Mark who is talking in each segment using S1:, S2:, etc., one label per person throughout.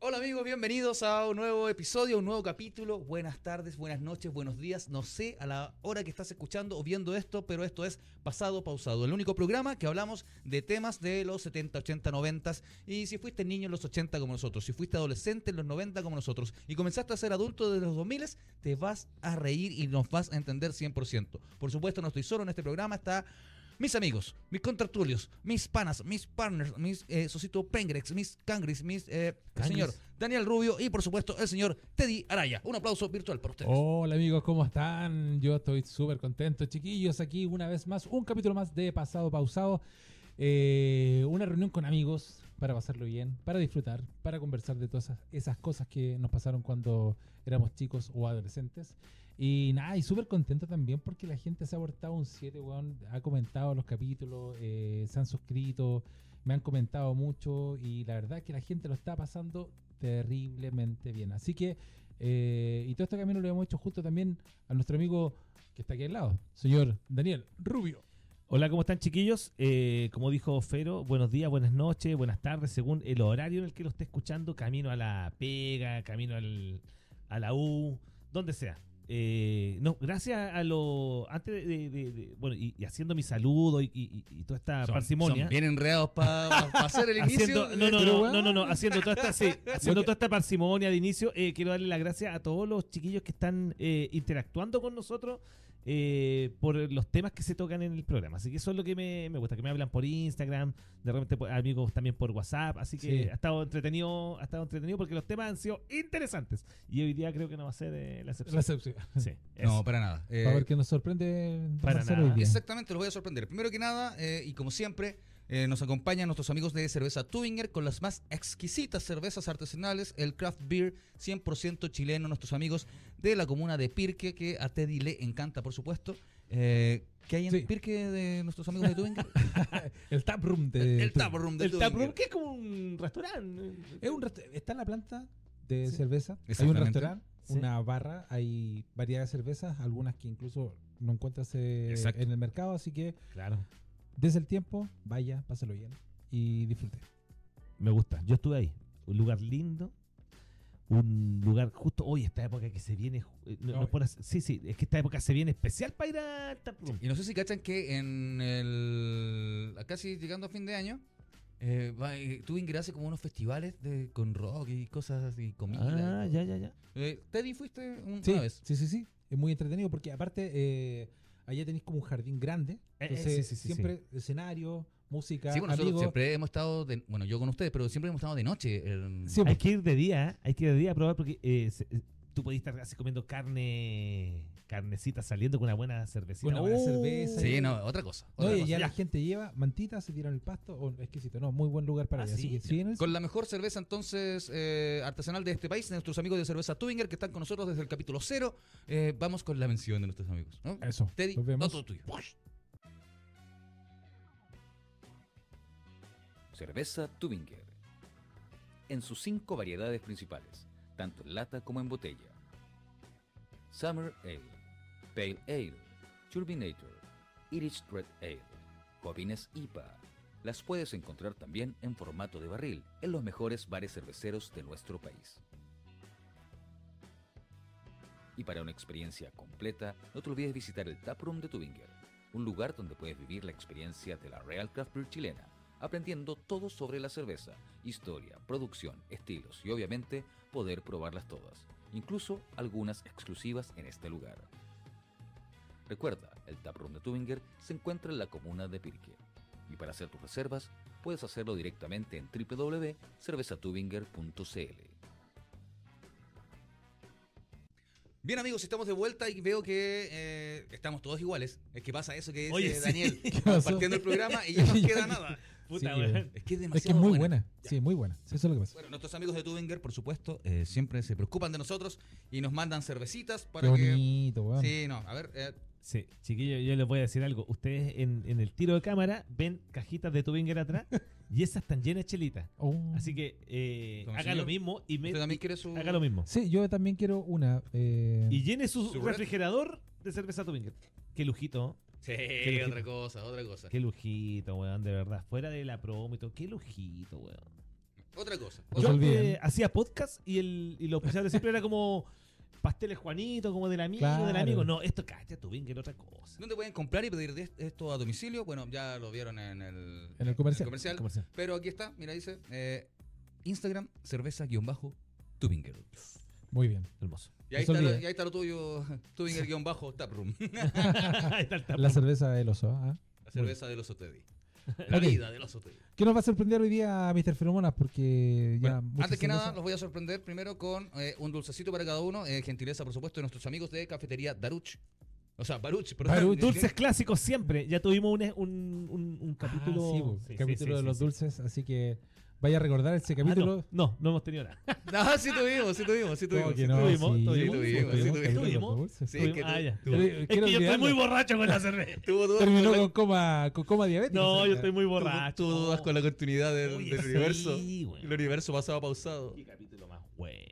S1: Hola amigos, bienvenidos a un nuevo episodio, a un nuevo capítulo. Buenas tardes, buenas noches, buenos días. No sé a la hora que estás escuchando o viendo esto, pero esto es Pasado Pausado, el único programa que hablamos de temas de los 70, 80, 90 y si fuiste niño en los 80 como nosotros, si fuiste adolescente en los 90 como nosotros y comenzaste a ser adulto desde los 2000, te vas a reír y nos vas a entender 100%. Por supuesto, no estoy solo en este programa, está mis amigos, mis contratulios, mis panas, mis partners, mis eh, Sosito Pengrex, mis Cangris, mis eh, el
S2: Cangris.
S1: señor Daniel Rubio y por supuesto el señor Teddy Araya. Un aplauso virtual para
S3: Oh,
S1: ustedes.
S2: Hola amigos, ¿cómo están? Yo estoy súper contento, chiquillos. Aquí una vez más, un capítulo más de Pasado Pausado. Eh, una reunión con amigos para pasarlo bien, para disfrutar, para conversar de todas esas, esas cosas que nos pasaron cuando éramos chicos o adolescentes. Y nada, y súper contento también porque la gente se ha portado un 7, weón. Ha comentado los capítulos, eh, se han suscrito, me han comentado mucho y la verdad que la gente lo está pasando terriblemente bien. Así que, eh, y todo esto camino lo hemos hecho junto también a nuestro amigo que está aquí al lado, señor Daniel Rubio.
S3: Hola, ¿cómo están chiquillos? Eh, como dijo Fero, buenos días, buenas noches, buenas tardes, según el horario en el que lo esté escuchando, camino a la pega, camino al, a la U, donde sea. Eh, no, gracias a lo... Antes de... de- de- bueno, y, y haciendo mi saludo y, y- y- y toda esta
S1: Son-
S3: parsimonia.
S1: son bien enredados para hacer el inicio.
S3: Haciendo, no, no,
S1: de- este
S2: Pero,
S3: no,
S2: weón.
S3: no, no, no, haciendo toda esta, sí, haciendo toda esta parsimonia de inicio, eh, quiero darle las gracias a todos los chiquillos que están eh, interactuando con nosotros eh, por los temas que se tocan en el programa. Así que eso es lo que me, me gusta, que me hablan por Instagram, de repente por- amigos también por WhatsApp. Así que
S2: Sí.
S3: ha estado entretenido, ha estado entretenido porque los temas han sido interesantes. Y hoy día creo que no va a ser eh, la excepción.
S2: La excepción.
S3: Sí, eso.
S1: No, para nada. Eh,
S2: Para ver qué nos sorprende don
S3: para
S2: Marcelo
S3: nada.
S2: hoy día.
S1: Exactamente, los voy a sorprender. Primero que nada, eh, y como siempre, eh, nos acompañan nuestros amigos de cerveza Tubinger con las más exquisitas cervezas artesanales, el craft beer 100% chileno, nuestros amigos de la comuna de Pirque, que a Teddy le encanta, por supuesto. Eh, ¿Qué hay en
S2: Sí.
S1: Pirque de nuestros amigos de Tubinger?
S2: El tap room de...
S1: el tap room de
S3: El tap room,
S1: Tubinger.
S3: que es como un restaurante.
S1: Eh,
S2: Es un resta- está en la planta de
S3: Sí.
S2: cerveza. Hay un
S1: Exactamente.
S2: restaurante,
S3: Sí.
S2: una barra, hay variedad de cervezas, algunas que incluso no encuentras eh,
S1: Exacto.
S2: en el mercado, así que
S3: Claro.
S2: desde el tiempo, vaya, pásalo bien y disfrute.
S3: Me gusta. Yo estuve ahí. Un lugar lindo. Un lugar justo hoy, esta época que se viene. ju- eh, no- no
S2: Hoy.
S3: por hacer- sí, sí, es que esta época se viene especial para ir a Tap Room.
S1: Y no sé si cachan que en el. casi llegando a fin de año. Eh, va- eh, Tubinger hace como unos festivales de, con rock y cosas así, comida.
S3: Ah, ya, ya, ya.
S1: Eh, Teddy, fuiste un-
S2: Sí,
S1: una vez.
S2: sí, sí, sí. Es muy entretenido porque aparte eh, allá tenéis como un jardín grande.
S3: Eh,
S2: Entonces,
S3: sí, sí, sí,
S2: siempre escenario, música,
S1: Sí, bueno, nosotros
S2: amigos.
S1: siempre hemos estado, de- bueno, yo con ustedes, pero siempre hemos estado de noche. em, en-
S2: Sí,
S3: Hay
S2: pues.
S3: que ir de día, ¿eh? hay que ir de día a probar porque eh, se- eh, tú podías estar así comiendo carne, carnecita saliendo con una buena cervecita.
S2: Una buena
S3: Oh,
S2: cerveza.
S1: Sí, no, otra cosa.
S2: No,
S1: otra
S2: y
S1: cosa.
S2: ya la
S3: Ya.
S2: gente lleva mantita, se tiran el pasto. oh, exquisito, no, muy buen lugar para
S3: Ah,
S2: ir. Así
S3: sí,
S2: que
S3: ya.
S2: siguen el-
S1: Con la mejor cerveza entonces eh, artesanal de este país, nuestros amigos de cerveza Tubinger que están con nosotros desde el capítulo cero, eh, vamos con la mención de nuestros amigos. ¿no?
S2: Eso.
S1: Teddy,
S2: nos vemos.
S1: todo tuyo.
S4: Cerveza Tubinger. En sus cinco variedades principales, tanto en lata como en botella. Summer Ale, Pale Ale, Turbinator, Irish Red Ale, Cobines IPA. Las puedes encontrar también en formato de barril en los mejores bares cerveceros de nuestro país. Y para una experiencia completa, no te olvides visitar el Taproom de Tubinger, un lugar donde puedes vivir la experiencia de la Real Craft Beer chilena, aprendiendo todo sobre la cerveza, historia, producción, estilos y obviamente poder probarlas todas, incluso algunas exclusivas en este lugar. Recuerda, el Taproom de Tubinger se encuentra en la comuna de Pirque. Y para hacer tus reservas, puedes hacerlo directamente en www.cervezatubinger.cl.
S1: Bien amigos, estamos de vuelta y veo que eh, estamos todos iguales. Es que pasa eso que dice
S3: Oye, sí.
S1: Daniel,
S2: pasó?
S1: partiendo el programa y ya no queda nada.
S3: Puta,
S2: Sí,
S3: weón.
S2: eh.
S1: Es que es
S2: Es que es
S1: demasiado
S2: muy
S1: buena.
S2: buena. Sí, muy buena. Sí, Eso es lo que pasa.
S1: Bueno, nuestros amigos de Tubinger, por supuesto, eh, siempre se preocupan de nosotros y nos mandan cervecitas
S2: Qué
S1: para que...
S2: bonito, weón.
S1: Sí, no, a ver, eh,
S3: Sí, chiquillos, yo les voy a decir algo. Ustedes en, en el tiro de cámara ven cajitas de Tubinger atrás y esas están llenas de chelitas.
S2: Oh.
S3: Así que eh,
S1: Toma,
S3: haga
S1: señor.
S3: lo mismo y me,
S1: ¿Usted también quiere su...?
S3: haga lo mismo.
S2: Sí, yo también quiero una. eh,
S3: Y llene su,
S1: Su
S3: refrigerador de cerveza Tubinger. Qué lujito,
S1: Sí,
S3: lujito.
S1: otra cosa, otra cosa.
S3: qué lujito, weón, de verdad. Fuera de la promo y todo, qué lujito, weón.
S1: Otra cosa.
S2: No
S3: Yo
S2: se
S1: Otra-
S2: olviden.
S3: antes hacía podcast y, el, y los presentadores siempre era como pasteles Juanito, como del amigo, del
S2: Claro.
S3: amigo. No, esto cállate tú, Vingue, era otra cosa.
S1: ¿Dónde pueden comprar y pedir de- esto a domicilio? Bueno, ya lo vieron en el,
S2: En el comercial.
S3: Comercial.
S1: Pero aquí está, mira, dice eh, Instagram, cerveza-tubinger.
S2: Muy bien.
S3: Hermoso.
S1: Y ahí,
S2: No se
S1: está lo,
S2: olvide.
S1: y ahí está lo tuyo, tubinger-taproom.
S3: Ahí está el tap.
S2: La cerveza del oso. ¿ah?
S1: La cerveza de los Teddy. La
S2: Ok.
S1: vida de los Teddy.
S2: ¿Qué nos va a sorprender hoy día, Mr. Feromonas? Porque ya.
S1: Bueno,
S2: mucha
S1: antes que
S2: cerveza-
S1: nada, los voy a sorprender primero con eh, un dulcecito para cada uno. eh, gentileza, por supuesto, de nuestros amigos de Cafetería Daruch. O sea, Baruch, perdón.
S2: Baruch.
S3: Dulces clásicos siempre. Ya tuvimos un, un, un, un
S2: Ah,
S3: capítulo.
S2: sí, po,
S3: Sí, sí,
S2: capítulo
S3: sí,
S2: de
S3: sí,
S2: los
S3: sí.
S2: dulces. Así que vaya a recordar ese
S3: Ah,
S2: capítulo.
S3: no, no, no hemos tenido nada.
S1: No, sí tuvimos, sí tuvimos, sí
S2: ¿Cómo
S1: tuvimos.
S2: que
S1: sí
S2: no?
S1: tuvimos.
S3: Tuvimos,
S2: Sí,
S3: tuvimos,
S1: tuvimos,
S2: capítulo
S1: sí,
S2: de los
S3: tuvimos.
S2: dulces. eh,
S1: Sí, es que
S3: Ah,
S1: tú-
S3: ya.
S1: tú-
S2: Yo-
S3: Es
S2: quiero
S3: que yo estoy
S2: olvidarme.
S3: muy borracho con la cerveza.
S1: Tuvo dudas
S2: Terminó
S1: con la-
S2: con coma, con coma diabética.
S3: No, yo
S2: señora.
S3: estoy muy
S1: tuvo-
S3: borracho.
S1: Tuvo dudas con la continuidad del,
S3: Oye,
S1: del
S3: sí,
S1: universo.
S3: weón.
S1: El universo pasado pausado.
S3: Qué capítulo más bueno.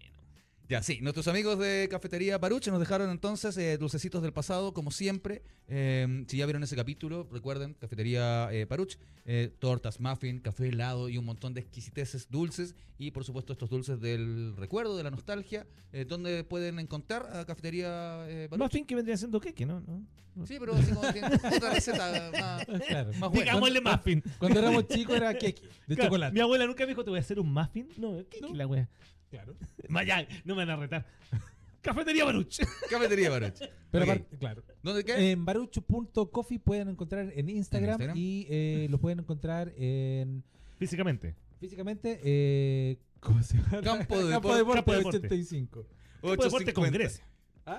S1: Ya, sí, nuestros amigos de Cafetería Baruch nos dejaron entonces eh, dulcecitos del pasado, como siempre. Eh, si ya vieron ese capítulo, recuerden, Cafetería eh, Baruch, eh, tortas, muffin, café helado y un montón de exquisiteces dulces. Y por supuesto estos dulces del recuerdo, de la nostalgia. Eh, ¿Dónde pueden encontrar a Cafetería eh, Baruch?
S3: Más fin que vendría siendo qué, que no, no.
S1: Sí, pero así como tiene otra receta más,
S2: Ah, Claro.
S1: más buena.
S3: Digámosle muffin.
S2: Cuando éramos chicos era cake de
S3: Claro,
S2: chocolate.
S3: Mi abuela nunca me dijo, te voy a hacer un muffin. No, ¿qué
S2: No.
S3: que la wea?
S2: Claro.
S3: Mayay, no me van a retar. Cafetería Baruch.
S1: Cafetería Baruch.
S2: Pero
S1: Ok,
S2: aparte- claro.
S1: ¿Dónde qué?
S3: eh,
S2: En barucho.coffee pueden encontrar en Instagram,
S1: Instagram?
S2: y eh, lo pueden encontrar en
S3: Físicamente.
S2: físicamente eh, ¿cómo se llama?
S1: Campo de
S2: Campo
S1: Deporte-
S2: Deporte
S3: Campo de Deporte.
S2: 85.
S3: Campo de Deporte
S1: 8.50.
S3: con Grecia.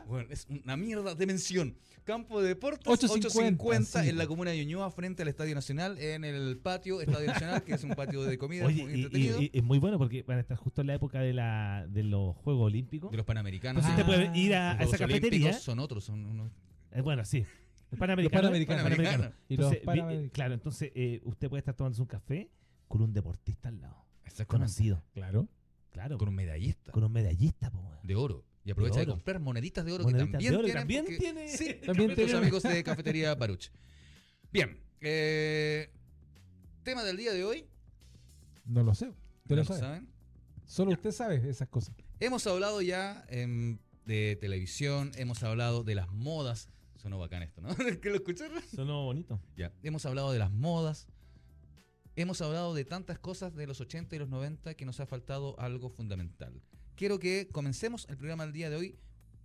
S1: Bueno, es una mierda de mención. Campo de Deportes,
S2: 8.50,
S1: 8.50
S2: sí.
S1: en la comuna de Ñuñoa, frente al Estadio Nacional, en el patio Estadio Nacional, que es un patio de comida
S3: Oye,
S1: muy
S3: y- y,
S1: entretenido.
S3: y- es muy bueno porque van a estar justo en la época de, la, de los Juegos Olímpicos.
S1: de los panamericanos.
S3: Entonces
S2: Ah,
S3: Pues te puedes ir
S1: los
S3: a, a esa
S1: Juegos Olímpicos
S3: cafetería.
S1: son otros, son unos.
S3: Eh, bueno, sí. Los
S2: Los
S3: Panamericanos.
S2: Panamericanos.
S1: Panamericanos.
S2: Y los
S3: Entonces, vi- eh,
S2: Panamericanos.
S3: claro, entonces eh, usted puede estar tomándose un café con un deportista al lado.
S1: exactamente,
S3: Conocido.
S2: Claro.
S3: Claro.
S1: Con
S3: Con
S1: un medallista
S3: un, medallista, po, weón.
S1: de oro. Y aprovecha de,
S3: De oro.
S1: comprar moneditas de oro
S3: Moneditas
S1: que también
S3: de oro,
S1: tienen.
S3: también
S1: porque-
S3: tiene-
S1: Sí,
S2: también
S1: nuestros
S2: tiene-
S1: amigos de Cafetería Baruch. Bien. eh, tema del día de hoy.
S2: No lo sé. Tú
S1: ya
S2: lo
S1: lo
S2: sabes.
S1: saben.
S2: Solo usted sabe esas cosas.
S1: Hemos hablado ya em, de televisión, hemos hablado de las modas. Sonó bacán esto, ¿no? ¿Que lo escucharon?
S3: Sonó bonito.
S1: Ya. Hemos hablado de las modas. Hemos hablado de tantas cosas de los 80 y los 90 que nos ha faltado algo fundamental. Quiero que comencemos el programa del día de hoy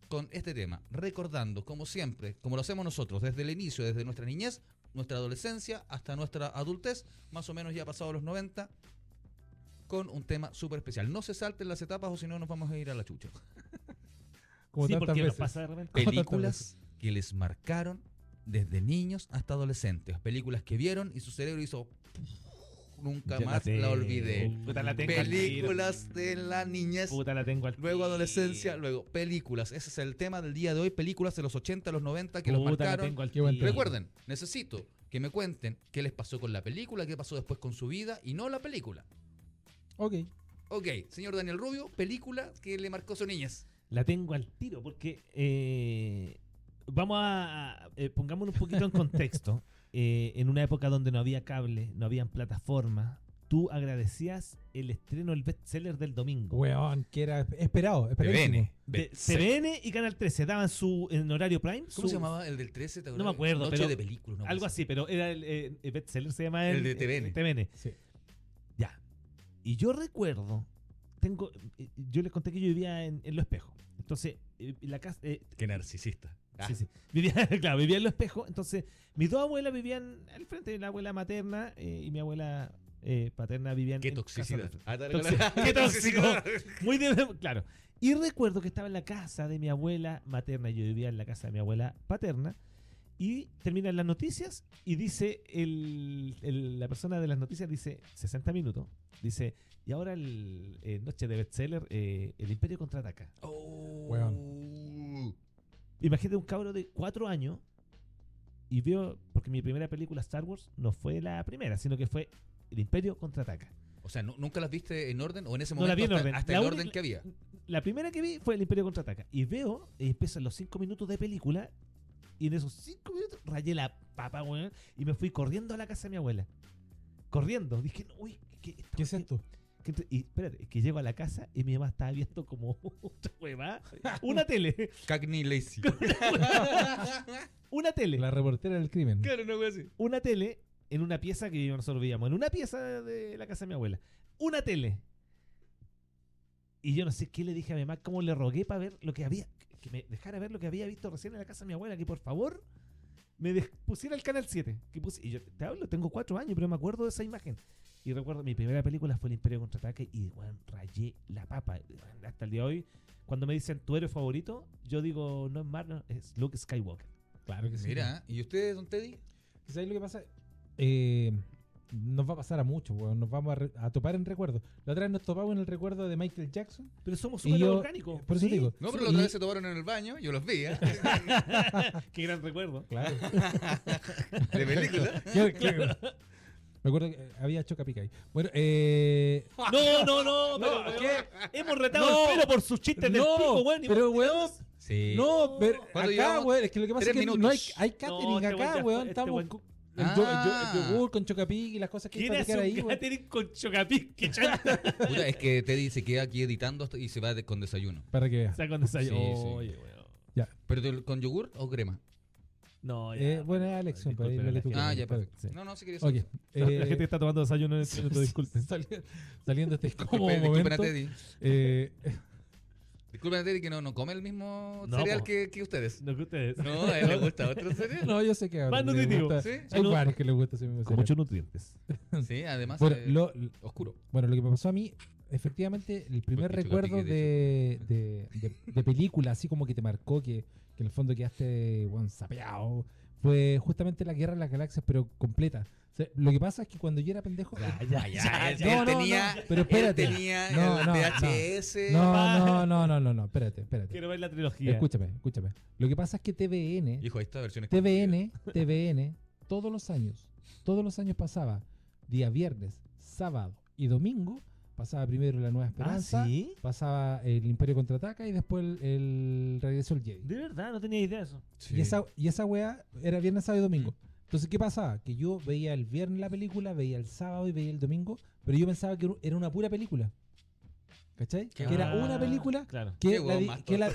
S1: con este tema, recordando, como siempre, como lo hacemos nosotros, desde el inicio, desde nuestra niñez, nuestra adolescencia hasta nuestra adultez, más o menos ya pasado los 90, con un tema súper especial. No se salten las etapas o si no nos vamos a ir a la chucha.
S2: Como
S3: sí,
S2: tantas
S3: porque nos
S2: veces.
S3: pasa de repente.
S2: Como tantas
S1: películas
S2: veces.
S1: que les marcaron desde niños hasta adolescentes. Películas que vieron y su cerebro hizo. Nunca
S3: Ya
S1: más la,
S3: tengo.
S1: olvidé.
S3: Puta la tengo al tiro.
S1: Películas de la niñez.
S3: Puta la tengo al
S1: Luego
S3: tiro.
S1: adolescencia, luego películas. Ese es el tema del día de hoy. Películas de los 80, los 90 que los
S3: Puta, la
S1: marcaron.
S3: tengo al
S2: Qué buen
S3: tiro.
S1: Recuerden, necesito que me cuenten qué les pasó con la película, qué pasó después con su vida y no la película.
S2: Ok.
S1: Ok, señor Daniel Rubio, película que le marcó su niñez.
S3: La tengo al tiro porque eh, vamos a eh, pongámonos un poquito en contexto. Eh, en una época donde no había cable, no habían plataformas, tú agradecías el estreno, el bestseller del domingo.
S1: Oh,
S2: Weón, que era esperado, esperadísimo.
S3: De TVN y Canal 13 daban su en horario prime.
S1: ¿Cómo
S3: su-
S1: se llamaba el del 13? ¿Te
S3: No
S1: acordás?
S3: me acuerdo,
S1: Noche
S3: pero
S1: de película. una
S3: Algo
S1: cosa
S3: así, pero era el, eh, el bestseller se llama
S1: El
S3: en-
S1: de
S3: en
S1: TVN.
S3: TVN.
S2: Sí.
S3: Ya. Y yo recuerdo, tengo, eh, yo les conté que yo vivía en, en Lo Espejo. Entonces, eh, la casa, eh,
S1: Qué narcisista. Ah,
S3: Sí, sí. Vivía, claro, vivía en Los Espejos. Entonces, mis dos abuelas vivían al frente. La abuela materna eh, y mi abuela eh, paterna vivían.
S1: Qué
S3: en
S1: toxicidad.
S3: casa de-
S1: Ah, dale,
S3: Toxi-
S1: dale.
S3: qué tóxico. Muy de- claro. Y recuerdo que estaba en la casa de mi abuela materna. Yo vivía en la casa de mi abuela paterna. Y terminan las noticias y dice el, el- la persona de las noticias, dice 60 minutos, dice, y ahora el eh, noche de bestseller, eh, El Imperio Contraataca.
S1: Oh.
S3: Imagínate un cabro de cuatro años y veo, porque mi primera película Star Wars no fue la primera, sino que fue El Imperio contraataca.
S1: O sea, ¿nu- ¿nunca las viste en orden o en ese
S3: No, la
S1: momento
S3: vi en
S1: hasta,
S3: orden.
S1: hasta
S3: La
S1: el
S3: única-
S1: orden que había?
S3: La primera que vi fue El Imperio contraataca. Y veo, y empiezan los cinco minutos de película, y en esos cinco minutos rayé la papa, weón, y me fui corriendo a la casa de mi abuela. Corriendo. Dije, uy, ¿qué, esta-
S2: ¿Qué es esto?
S3: que te- y espérate, es que llego a la casa y mi mamá estaba viendo como otra hueva, una tele,
S1: Cagney Lacey.
S3: una tele,
S2: La reportera del crimen.
S1: claro, no voy así.
S3: una tele en una pieza que nosotros veíamos, en una pieza de la casa de mi abuela, una tele. Y yo no sé qué le dije a mi mamá, cómo le rogué para ver lo que había, que me dejara ver lo que había visto recién en la casa de mi abuela, que por favor me des- pusiera el canal 7. Que puse, y yo te hablo, tengo cuatro años, pero me acuerdo de esa imagen. Y recuerdo, mi primera película fue El Imperio Contraataque y, weón, rayé la papa. Weón, Hasta el día de hoy, cuando me dicen tu héroe favorito, yo digo, no es Marlon, es Luke Skywalker.
S2: Claro que sí.
S1: Mira, ¿y ustedes, don Teddy?
S2: ¿Sabes lo que pasa? Eh, nos va a pasar a muchos, weón. Nos vamos a, re- a topar en recuerdos. La otra vez nos topamos en el recuerdo de Michael Jackson.
S3: Pero somos
S2: Y
S3: súper
S2: yo-
S3: orgánicos.
S2: Por eso
S3: Sí,
S2: te digo.
S1: No, pero
S2: Sí,
S1: la otra
S2: y-
S1: vez se tomaron en el baño, yo los vi, ¿eh?
S3: Qué gran recuerdo.
S2: Claro.
S1: De película.
S2: Yo- Me acuerdo que eh, había Chocapicay. Bueno, eh.
S3: No, no, no, pero
S1: No,
S3: ¿qué? hemos retado
S2: No.
S3: el pelo por sus chistes del
S2: No,
S3: pico, weón. y
S2: pero
S3: vos-
S2: weón,
S1: Sí.
S2: No, pero
S1: ¿Cuánto
S2: acá,
S1: llevamos?
S2: weón, es que lo que pasa es
S1: Tres
S2: que
S1: minutos.
S2: no hay, hay
S3: No,
S2: catering
S3: este weón ya
S2: acá,
S3: fue,
S2: weón.
S3: este
S2: estamos
S3: weón-
S2: con el
S1: Ah.
S2: yo- yo- yogur con chocapic y las cosas que hay
S3: ¿Quién
S2: para
S3: hace
S2: picar
S3: un
S2: ahí, weón.
S3: catering con chocapic? Que chanta.
S1: Puta, es que Teddy se queda aquí editando hasta- y se va de- con desayuno.
S2: Para que veas.
S3: Está con desayuno.
S1: Sí, sí.
S3: Oye, weón.
S1: ¿Pero del- con yogur o crema?
S3: No, ya.
S2: Eh, buena elección pues, para
S3: Disculpe,
S2: irme
S3: la
S2: tú.
S3: gente-
S1: Ah,
S2: Claro,
S1: ya,
S2: claro.
S1: perfecto.
S3: sí.
S1: No, no, si quería
S2: Ok.
S1: saber.
S3: La
S2: eh,
S3: gente está tomando desayuno en este minuto, disculpen.
S2: sali- Saliendo de este incómodo
S1: Disculpen, disculpen a
S2: momento.
S1: Teddy.
S2: eh,
S1: Disculpen a Teddy que no, no come el mismo
S3: No,
S1: cereal
S3: po.
S1: que, que ustedes.
S3: No que ustedes.
S1: No, a él le gusta otro cereal.
S2: no, yo sé que a
S3: Más
S2: otros les
S3: nutritivo.
S2: gusta-
S1: ¿Sí?
S2: Hay
S3: No.
S2: varios que les gusta ese mismo
S3: Con
S2: cereal.
S3: muchos nutrientes.
S1: Sí, además
S2: Bueno,
S1: eh,
S2: lo,
S1: oscuro.
S2: bueno, lo que me pasó a mí, efectivamente, el primer
S1: Porque
S2: recuerdo
S1: chocapic
S2: de, de, de- de película, así como que te marcó, que, que en el fondo quedaste bueno, sapeado, fue justamente la Guerra de las Galaxias, pero completa. O sea, lo que pasa es que cuando yo era pendejo...
S1: Ya, ya, él, él
S2: ya. No, no,
S1: tenía,
S2: no, pero espérate.
S1: Él tenía
S2: No,
S1: el
S2: no,
S1: VHS.
S2: No, no, no, no, no, no, espérate, espérate.
S3: Quiero ver la trilogía.
S2: Escúchame, escúchame. Lo que pasa es que TVN...
S1: Hijo, ahí está versión
S2: TVN, TVN, todos los años, todos los años pasaba, día viernes, sábado y domingo, pasaba primero La Nueva
S3: Ah,
S2: Esperanza,
S3: sí.
S2: pasaba El Imperio Contraataca y después el, el Regreso del Jedi.
S3: De verdad, no tenía idea de eso.
S1: Sí.
S2: Y, esa, y esa weá era viernes, sábado y domingo.
S3: Mm.
S2: Entonces, ¿qué pasaba? Que yo veía el viernes la película, veía el sábado y veía el domingo, pero yo pensaba que era una pura película. ¿Cachai?
S1: Qué
S2: que era
S3: Ah,
S2: una película
S3: Claro.
S2: que
S1: Qué
S2: la,
S1: weón
S2: di-
S1: más
S2: que la,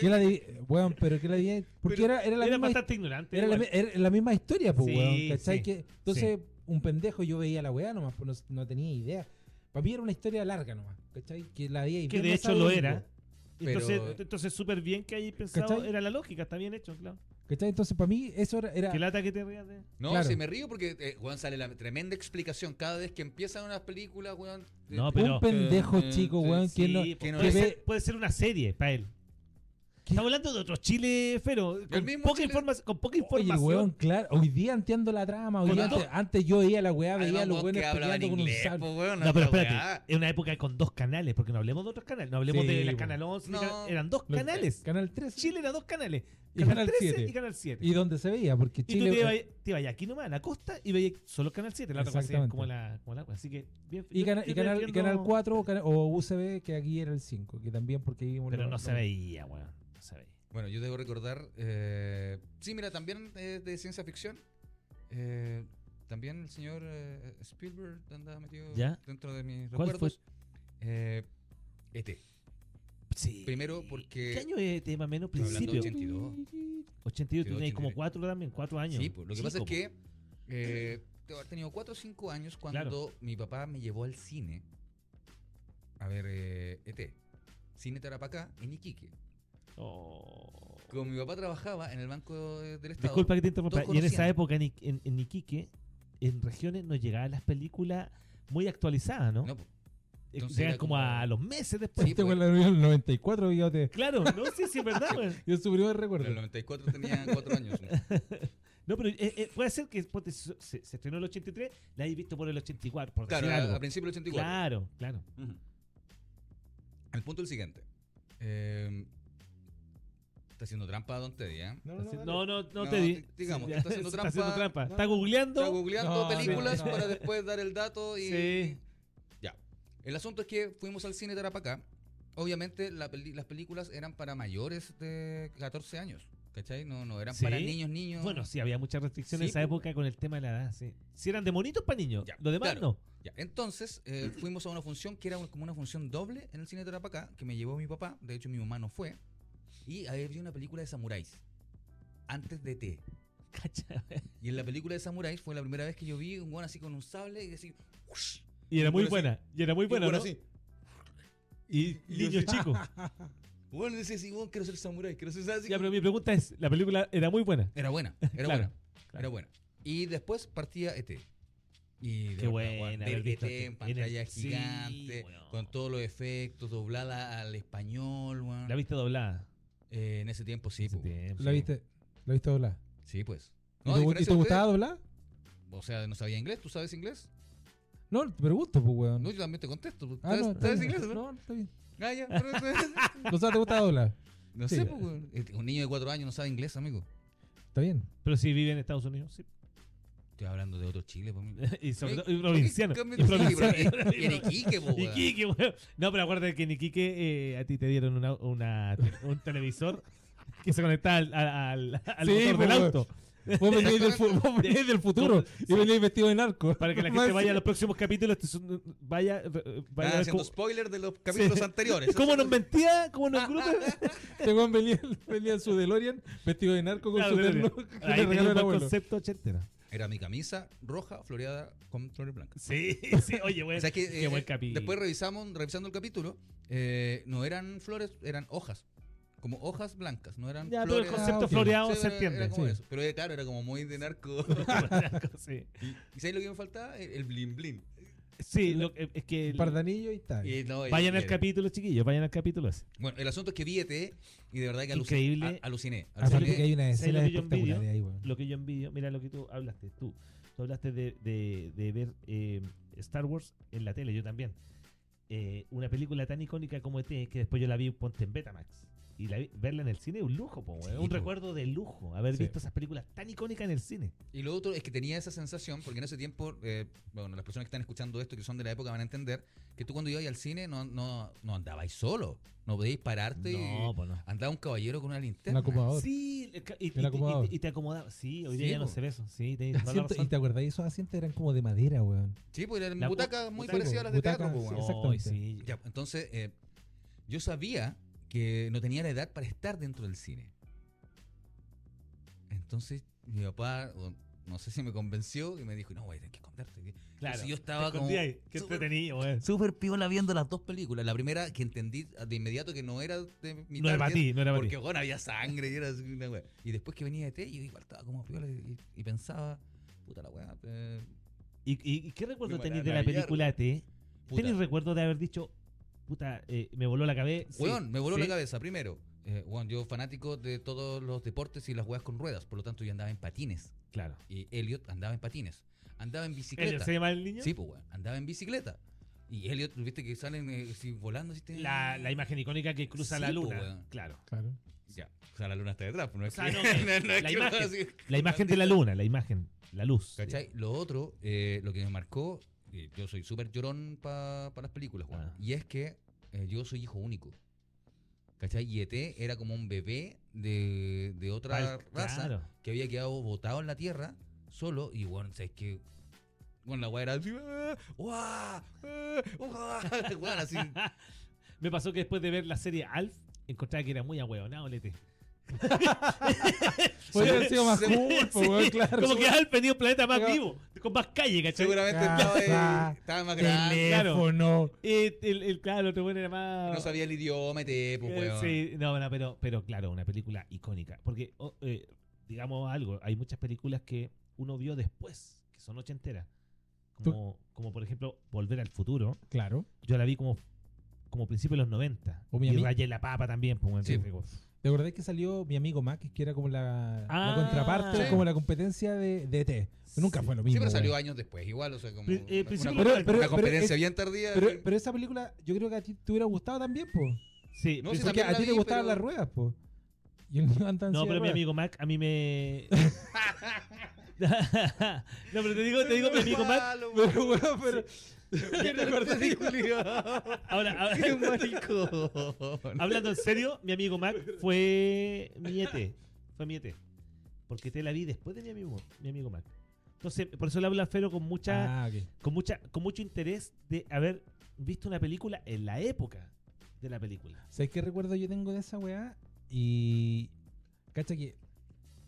S2: que la di- weón, pero que la di- porque
S3: Pero
S2: era, era la
S3: Era
S2: misma
S3: bastante ignorante.
S2: era la,
S3: igual.
S2: mi- era la misma historia, pues,
S3: Sí,
S2: weón, ¿cachai?
S3: sí,
S2: Que, entonces, un pendejo, yo veía la weá nomás, pues, no, s- no tenía idea. Para mí era una historia larga nomás, ¿cachai? Que la había
S3: Que de hecho lo era.
S1: Pero-
S3: Entonces, entonces súper bien que ahí pensado.
S2: ¿Cachai?
S3: Era la lógica, está bien hecho, claro.
S2: ¿Cachai? Entonces, para mí eso era... era-
S3: Qué lata que te rías de.
S1: No,
S2: Claro.
S1: si me río porque eh, Juan sale la tremenda explicación cada vez que empiezan unas películas, Juan.
S3: No,
S1: eh,
S3: pero-
S2: un pendejo
S1: Eh,
S2: chico,
S1: sí,
S2: weón, que
S3: Sí,
S2: no...
S3: po,
S1: que no
S3: puede,
S1: es-
S3: ser, puede ser una serie para él. Estamos hablando de otro Chile, Fero. Con
S1: mismo
S3: poca,
S1: Chile.
S3: informa- con poca
S2: Oye, el
S3: información.
S2: weón, claro, hoy día entiendo la trama, hoy
S3: Con
S2: día
S3: dos-
S2: antes, antes yo veía la weá, veía
S1: Además,
S2: a los
S1: weón,
S2: buenos
S1: que hablaba en
S2: peleando con un
S1: inglés,
S2: sable.
S1: po, weón,
S3: no, pero
S1: la
S3: espérate.
S1: weá.
S3: En una época con dos canales, porque no hablemos de otros canales. No hablemos
S2: Sí,
S3: de la
S2: po.
S3: Canal 11. ni
S1: No.
S3: Canal- eran dos
S2: Los-
S3: canales.
S2: Canal 3
S3: Chile era dos canales.
S2: y
S3: Canal,
S2: Canal
S3: 13 y
S2: 7.
S3: Canal 7.
S2: Y donde se veía, porque
S3: Y tú te ibas
S2: Chile...
S3: te ibas aquí nomás, a la costa, y veías solo Canal 7. La otra cosa era
S2: Exactamente.
S3: como la, como la. Así que, bien.
S2: Y,
S3: yo-
S2: cana-
S3: yo
S2: y
S3: te
S2: canal, y
S3: defiendo-
S2: canal 4 o, cana- o UCB, que aquí era el 5, que también porque vimos...
S3: Pero
S2: lo-
S3: no se
S2: lo-
S3: veía, weón. No se veía.
S1: Bueno, yo debo recordar. eh, sí, mira, también eh, de ciencia ficción. eh, también el señor eh, Spielberg andaba metido
S3: ¿Ya?
S1: dentro de mis
S3: ¿Cuál
S1: recuerdos. Eh, este,
S3: Sí.
S1: Primero porque-
S3: ¿Qué año es tema menos
S1: Estoy hablando de
S3: principio?
S1: 82.
S3: 82, tú
S1: 82.
S3: tenías como 4 también, 4 años.
S1: Sí, pues, lo que pasa es
S3: Chico,
S1: que eh, debo haber tenido 4 o 5 años cuando
S3: Claro.
S1: mi papá me llevó al cine a ver eh, ET. Cine Tarapacá en Iquique.
S3: pues. Oh.
S1: Como mi papá trabajaba en el Banco de- del Estado.
S3: Disculpa que te interrumpa.
S1: todos
S3: Y en esa
S1: conocían.
S3: época en, I- en, en Iquique, en regiones, nos llegaban las películas muy actualizadas, ¿no?
S1: No, pues, po.
S3: Eh,
S1: entonces
S3: Llegan
S1: era
S3: como
S1: como-
S3: a los meses después.
S1: Sí,
S2: Este
S1: pues.
S2: fue la reunión del 94, bigote.
S3: Claro, no sé si es verdad, weón.
S2: Yo su primer
S1: en el
S2: recuerdo.
S1: 94 tenía 4 años. ¿no?
S3: No, pero eh, eh, puede ser que ponte, se, se estrenó el 83, la hayas visto por el 84, por
S1: Claro,
S3: decir
S1: a,
S3: algo.
S1: a principios del 84.
S3: Claro, claro.
S1: Ujú. El punto es el siguiente. Eh, está haciendo trampa Don Teddy, ¿eh?
S3: Así- No, no, no,
S1: No,
S3: te di.
S1: di- digamos,
S3: Sí,
S1: está haciendo
S3: está
S1: trampa.
S3: haciendo trampa. Está
S1: Está
S3: googleando.
S1: googleando
S2: No,
S1: películas
S2: no, no.
S1: para después dar el dato y...
S3: Sí.
S1: Ya. El asunto es que fuimos al cine Tarapacá. Obviamente la peli- las películas eran para mayores de 14 años. ¿Cachai? No, no eran
S3: Sí.
S1: para niños, niños.
S3: Bueno, sí, había muchas restricciones en
S1: Sí,
S3: esa
S1: pues,
S3: época con el tema de la edad. Sí. Si eran de monitos para niños,
S1: Ya,
S3: lo demás
S1: claro.
S3: no.
S1: Ya, entonces eh, fuimos a una función que era un- como una función doble en el cine de Tarapacá, que me llevó mi papá, de hecho mi mamá no fue, y ahí vi una película de samuráis, antes de T.
S3: Cacha.
S1: Y en la película de samuráis fue la primera vez que yo vi un guan así con un sable y así... ¡ush!
S3: Y era muy
S1: Bueno, sí.
S3: buena. Y era muy
S1: Y
S3: buena,
S1: bueno,
S3: ¿no?
S1: así.
S3: Y niños chicos.
S1: Bueno, decía así, bueno, quiero ser samurái, quiero ser así
S3: Ya,
S1: como-
S3: pero mi pregunta es, ¿la película era muy buena?
S1: Era buena, era
S3: Claro,
S1: buena,
S3: claro.
S1: era buena. Y después partía ET. Y de
S3: Qué
S1: verdad,
S3: buena
S1: weón,
S3: haber
S1: ver
S3: visto
S1: ET
S3: ET.
S1: en pantalla
S3: En el- sí,
S1: gigante,
S3: weón.
S1: con todos los efectos, doblada al español, weón.
S3: ¿La viste doblada?
S1: Eh, en ese tiempo sí,
S3: Ese
S1: po.
S3: tiempo.
S2: ¿La viste? ¿La viste doblar?
S1: Sí, pues.
S2: ¿Y
S1: No, a
S2: te- ¿Y
S1: diferencia
S2: te
S1: de
S2: gustaba
S1: ustedes,
S2: doblar?
S1: O sea, no sabía inglés, ¿tú sabes inglés?
S2: No, te pregunto, pues, weón.
S1: No, yo también te contesto. ¿Tú
S2: Ah,
S1: ¿Sabes,
S2: no,
S1: sabes
S2: está bien.
S1: inglés? o No,
S2: no, está bien.
S1: Ah, ya, pero-
S2: O sea, te gustaba doblar.
S1: no
S2: Sí.
S1: sé, po, weón. Este, Un niño de cuatro años no sabe inglés, amigo.
S2: Está bien.
S3: Pero si vive en Estados Unidos, sí.
S1: Estoy hablando de otro Chile, pues, amigo.
S3: y sobre
S1: Eh,
S3: todo, y provinciano.
S1: ¿qué- qué-
S3: Y provinciano.
S1: sí, pero- y en Iquique, po, weón.
S3: Iquique, weón. No, pero acuérdate que en Iquique eh, a ti te dieron una, una- un televisor que se conectaba al, al, al- al
S2: Sí,
S3: motor
S2: pues,
S3: del
S2: weón.
S3: auto.
S2: Vos venís del, fu- vos venís del futuro y venís vestido de narco.
S3: Para que la gente vaya a los próximos capítulos, este es un- vaya, eh, vaya
S1: Estaba
S3: a ver
S1: haciendo
S3: cómo,
S1: spoiler de los capítulos anteriores.
S3: cómo nos mentía, cómo
S1: Ah,
S3: nos gruta.
S2: Este weón venía, venía en su DeLorean vestido de narco con
S3: Claro,
S2: su
S3: claro,
S2: terno
S3: claro.
S2: que
S3: Ah, Ahí
S2: le
S3: tenía
S2: regaló
S3: un
S2: el
S3: buen
S2: abuelo.
S3: concepto ochentero.
S1: Era mi camisa roja floreada con flores blancas.
S3: Sí, sí, oye, bueno.
S1: O sea que,
S3: qué
S1: eh,
S3: buen capítulo.
S1: Después revisamos, revisando el capítulo, eh, no eran flores, eran hojas. Como hojas blancas, no eran
S3: ya, pero
S1: flores.
S3: el concepto
S2: ok.
S3: floreado
S1: Sí,
S3: se
S1: pero era
S3: entiende.
S1: como
S3: sí.
S1: eso. Pero eh, claro, era como muy de narco.
S3: sí,
S1: ¿Y sabes lo que me faltaba? El, el blin blin.
S3: Sí, lo- eh, es que. el-
S2: Pardanillo y tal.
S1: Y no, el-
S3: vayan al
S1: el-
S3: capítulo, chiquillos, vayan al capítulo ese.
S1: Bueno, el asunto es que vi ET y de verdad que aluciné.
S3: Increíble.
S1: a- aluciné.
S2: Aparte
S1: aluciné.
S2: que hay una
S3: ¿sabes lo
S2: escena
S3: que yo envidio?
S2: espectacular de ahí, weón.
S3: Lo que yo envidio, mira lo que tú hablaste, tú. Tú hablaste de, de- de ver eh, Star Wars en la tele, yo también. Eh, una película tan icónica como ET, que después yo la vi ponte en Betamax. Y la vi- verla en el cine es un lujo, po, weón,
S1: Sí,
S3: un
S1: po.
S3: recuerdo de lujo, haber
S2: Sí.
S3: visto esas películas tan icónicas en el cine.
S1: Y lo otro es que tenía esa sensación, porque en ese tiempo, eh, bueno, las personas que están escuchando esto, que son de la época, van a entender que tú cuando ibas al cine no, no, no andabais solo, no podíais pararte y
S3: pues no.
S1: andaba un caballero con una
S2: Un
S1: linterna.
S2: acopador.
S3: Sí, el ca- y,
S2: El
S3: y-
S2: acomodador.
S3: y- y te acomodaba. Sí, hoy
S1: Sí,
S3: día ya no
S1: po.
S3: se ve eso. Sí, tenés toda la
S2: Asiento-
S3: razón.
S2: y te acordás, esos asientos eran como de madera, weón.
S1: Sí, pues eran
S3: La bu-
S1: butacas muy
S3: butaca,
S1: parecidas a las de
S2: butaca,
S1: teatro. pues,
S2: sí,
S1: weón.
S3: Ay,
S2: exactamente.
S3: Oh, sí.
S1: Ya, entonces, eh, yo sabía que no tenía la edad para estar dentro del cine. Entonces, mi papá, o no sé si me convenció y me dijo, no, güey, tienes que esconderte.
S3: Claro.
S1: si yo estaba
S3: te
S1: como
S3: escondí ahí. Qué
S1: súper-
S3: entretenido, weón.
S1: Súper piola viendo las dos películas. La primera que entendí de inmediato que no era de mi
S3: No era para
S1: target,
S3: ti, no era para ti.
S1: Porque, bueno, había sangre y era así una wea. Y después que venía de té, yo igual estaba como piola y, y pensaba, puta la wea. eh,
S3: ¿Y, y- y qué recuerdo
S1: Yo me
S3: tenés
S1: la-
S3: de
S1: la
S3: la
S1: billar,
S3: película E T?
S1: puta.
S3: ¿Tenés recuerdo de haber dicho, puta, eh, me voló la cabeza? Sí,
S1: Weón, me voló
S3: sí.
S1: la cabeza, primero. Eh, weón, yo fanático de todos los deportes y las weas con ruedas, por lo tanto yo andaba en patines.
S3: Claro.
S1: Y Elliot andaba en patines. Andaba en
S3: ¿Elliot
S1: bicicleta.
S3: se llama el niño?
S1: Sí, pues weón, andaba en bicicleta. Y Elliot, viste que salen eh, así volando. así, te-
S3: La, la imagen icónica que cruza
S1: Sí,
S3: la
S1: po,
S3: luna.
S1: weón.
S3: Claro.
S2: Claro.
S1: Ya, o sea, la luna está detrás, pues, no es
S3: O sea,
S1: que-
S3: no, que-
S1: no es
S3: la
S1: que
S3: imagen.
S1: weón, así-
S3: La imagen de la luna, la imagen, la luz.
S1: ¿Cachai? Lo otro, eh, lo que me marcó, eh, yo soy súper llorón para las películas, weón.
S3: Ah.
S1: Y es que eh, yo soy hijo único. ¿Cachai? Y ET era como un bebé de, de otra
S3: Pal-
S1: raza
S3: claro.
S1: que había quedado botado en la tierra solo. Y bueno, sabes que. Bueno, la weá era así. ¡ah! ¡Uah! ¡ah! ¡uah! Weón, así.
S3: Me pasó que después de ver la serie Alf, encontraba que era muy ahueonado el ET.
S2: Podría haber sido más
S1: Sí.
S2: cool, po, weón, claro.
S3: Como que Alf tenía un planeta más
S2: Pero-
S3: vivo, con más calle, ¿cachai?
S1: Seguramente estaba,
S3: ah.
S1: ahí- estaba más grande.
S2: Teléfono.
S3: Eh, el, el- claro, el otro bueno era más...
S1: No sabía el idioma, te, pues,
S3: Eh,
S1: weón.
S3: Sí, no, no, pero, pero claro, una película icónica. Porque, o- eh, digamos algo, hay muchas películas que uno vio después, que son ochenteras. Como, como por ejemplo, Volver al Futuro.
S2: Claro.
S3: Yo la vi como, como principio de los 90.
S2: O
S3: y
S2: Miami.
S3: Raya y la Papa también. pues, bueno,
S1: Sí.
S3: digo,
S2: ¿Te acordás que salió mi amigo Mac, que era como la, la
S3: Ah,
S2: contraparte,
S1: sí.
S2: como la competencia de, de ET? Nunca
S3: Sí.
S2: fue lo
S1: Sí,
S2: mismo.
S1: pero salió
S2: weón.
S1: años después, igual, o sea, como
S3: Pri- eh,
S1: una- una,
S3: principio-
S1: una
S3: Pero- pero-
S2: pero
S1: competencia
S2: es-
S1: bien tardía.
S2: Pero,
S1: que-
S2: pero esa película, yo creo que a ti te hubiera gustado también, po.
S3: sí,
S1: No,
S3: pero-
S1: sí,
S2: Porque
S1: también
S2: a
S1: la
S2: ti te
S1: vi,
S2: gustaban
S1: pero-
S2: las ruedas, po. Y el niño andaba en
S3: no,
S2: silla de
S3: pero mi
S2: ruedas.
S3: amigo Mac a mí me... no, pero te digo, te digo mi amigo Mac.
S1: Malo,
S2: Pero, weón, pero. ¿Qué te acordás?
S3: Ahora, ahora-
S1: qué maricón.
S3: hablando en serio, mi amigo Mac fue mi ET. fue mi ET. Porque te la vi después de mi amigo, mi amigo Mac. Entonces, por eso le habla a Fero con mucha,
S2: Ah, ok.
S3: con mucha, con mucho interés de haber visto una película en la época de la película.
S2: ¿Sabes qué recuerdo yo tengo de esa weá? Y. Cacha que.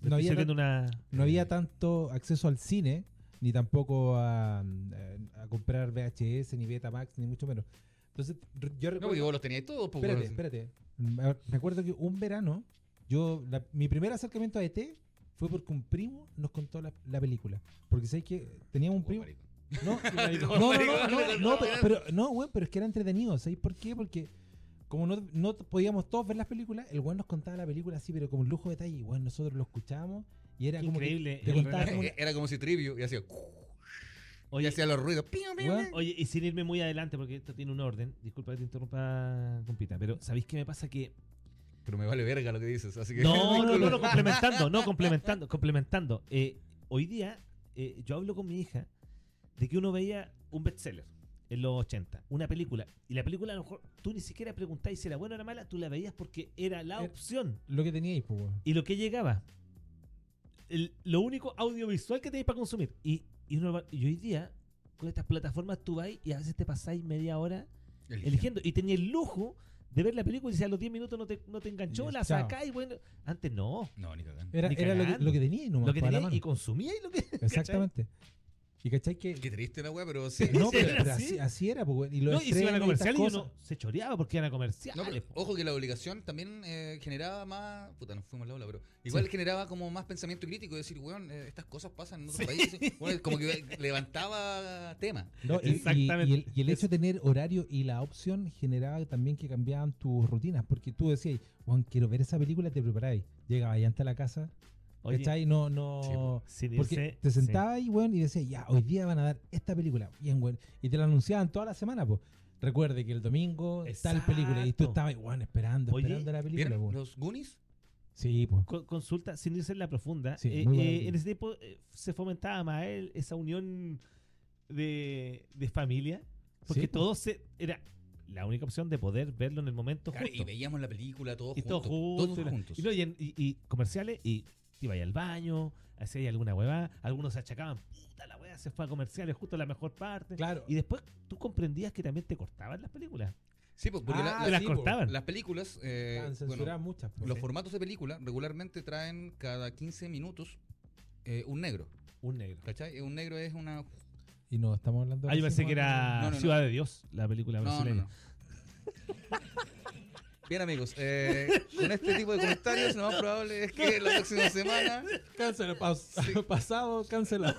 S2: No
S3: Estoy
S2: había,
S3: sirviendo
S2: tan-
S3: una.
S2: no
S3: Eh.
S2: había tanto acceso al cine, ni tampoco a, eh, a comprar VHS, ni Betamax, ni mucho menos. Entonces, re- yo
S1: No,
S2: recuerdo.
S1: porque vos los teníais todos, pues,
S2: espérate,
S1: weón.
S2: espérate. Me me acuerdo que un verano, yo. la- mi primer acercamiento a ET fue porque un primo nos contó la, la película. Porque sabes que teníamos un
S1: Weón,
S2: primo.
S1: marico.
S2: No,
S1: maricón.
S2: no, no, no,
S1: Maricón,
S2: no,
S1: maricón,
S2: no,
S1: no,
S2: pero,
S1: weón.
S2: pero- no, weón, pero es que era entretenido, ¿sabes por qué? Porque como no, no podíamos todos ver las películas, el weón nos contaba la película así, pero con lujo de detalle, weón, nosotros lo escuchábamos y era
S3: Qué
S2: como que
S3: increíble.
S2: te
S3: El
S2: contaba como-
S1: Era como si Trivio y hacía. Y
S3: Oye,
S1: hacía los ruidos. Piu, piu,
S2: Weón.
S1: piu.
S3: Oye, y sin irme muy adelante, porque esto tiene un orden. Disculpa que te interrumpa, compita, pero ¿sabéis qué me pasa? Que.
S1: Pero me vale verga lo que dices. Así que
S3: No, no, no, no, complementando, no, complementando, complementando. Eh, hoy día, eh, yo hablo con mi hija de que uno veía un bestseller en los 80, una película, y la película a lo mejor tú ni siquiera preguntáis si era buena o era mala, tú la veías porque era la
S2: Era-
S3: opción
S2: lo que teníais, pues, weón.
S3: y lo que llegaba. El- lo único audiovisual que tenéis para consumir. Y, y, uno va- y hoy día, con estas plataformas, tú vais y a veces te pasáis media hora eligiendo. Y tenía el lujo de ver la película y si a los 10 minutos no te, no te enganchó,
S2: Ya,
S3: la
S2: chao.
S3: sacáis. Bueno, antes no.
S1: No, ni cagando.
S2: Era,
S3: Ni
S2: era lo, que,
S3: cagando.
S2: lo que teníais nomás,
S3: lo que
S2: para la
S3: tenías
S2: mano.
S3: y consumías lo que.
S2: Exactamente. Y cachai que...
S1: Qué triste la weá, pero sí.
S2: no,
S1: sí,
S2: pero,
S1: era.
S2: pero
S3: así.
S2: así, así era, pues, weón. Y lo
S3: No, y se iban a comerciales y uno
S2: no
S3: se choreaba porque iban a comerciales.
S1: No, pero
S3: po.
S1: ojo que la obligación también eh, generaba más. Puta, nos fuimos a la ola, pero. Igual generaba como más pensamiento crítico. Decir, weón, eh, estas cosas pasan en otros países. Weón, como que levantaba tema.
S2: No, y- y,
S3: Exactamente.
S2: y el, y el hecho de tener horario y la opción generaba también que cambiaban tus rutinas, porque tú decías, Juan, quiero ver esa película, te preparáis. Llegabas allá a la casa,
S3: Oye,
S2: ¿cachai? No,
S1: Sí,
S2: no.
S1: po.
S3: sin
S2: porque
S3: irse-
S2: te
S3: sí.
S2: sentabas ahí, weón, y decías, ya, hoy día van a dar esta película, bien, weón. Y te la anunciaban toda la semana, pues. Recuerde que el domingo tal
S3: Exacto.
S2: película, y tú estabas, weón, esperando,
S3: Oye,
S2: esperando la película,
S1: ¿Vieron
S2: po.
S1: los Goonies?
S2: Sí, pues.
S3: Co- consulta sin irse en la profunda.
S2: Sí,
S3: eh,
S2: muy buena
S3: eh,
S2: idea.
S3: en ese tiempo eh, se fomentaba más el- esa unión de, de familia. Porque
S2: Sí, pues. po.
S3: todo se, era la única opción de poder verlo en el momento
S1: Claro,
S3: justo.
S1: y veíamos la película todos
S3: Y
S1: juntos.
S3: todos juntos. y
S1: todos
S3: la-
S1: juntos.
S3: Y, no, y en- y- y comerciales y iba ahí al baño, hacía alguna huevada. Algunos se achacaban, puta la hueá, se fue a comerciales, justo la mejor parte.
S2: Claro.
S3: Y eh, después tú comprendías que también te cortaban las películas.
S1: Sí, pues, porque la-
S2: Ah,
S1: la-
S3: te las
S2: sí, po.
S3: cortaban.
S1: las películas. eh,
S2: Estaban
S1: bueno,
S2: censuradas muchas, po.
S3: ¿eh?
S1: los formatos de película regularmente traen cada 15 minutos eh, un negro.
S3: Un negro.
S1: ¿Cachai? Un negro es una.
S2: Y no, estamos hablando
S3: Ah, yo pensé
S2: recién,
S3: que
S2: weón.
S3: era
S1: No, no, no.
S3: Ciudad de Dios, la película
S1: No, no,
S3: brasileña.
S1: no. Bien, amigos, eh, con este tipo de comentarios, lo más probable es que la próxima semana.
S2: Cancela, paus- pasado, cancelado.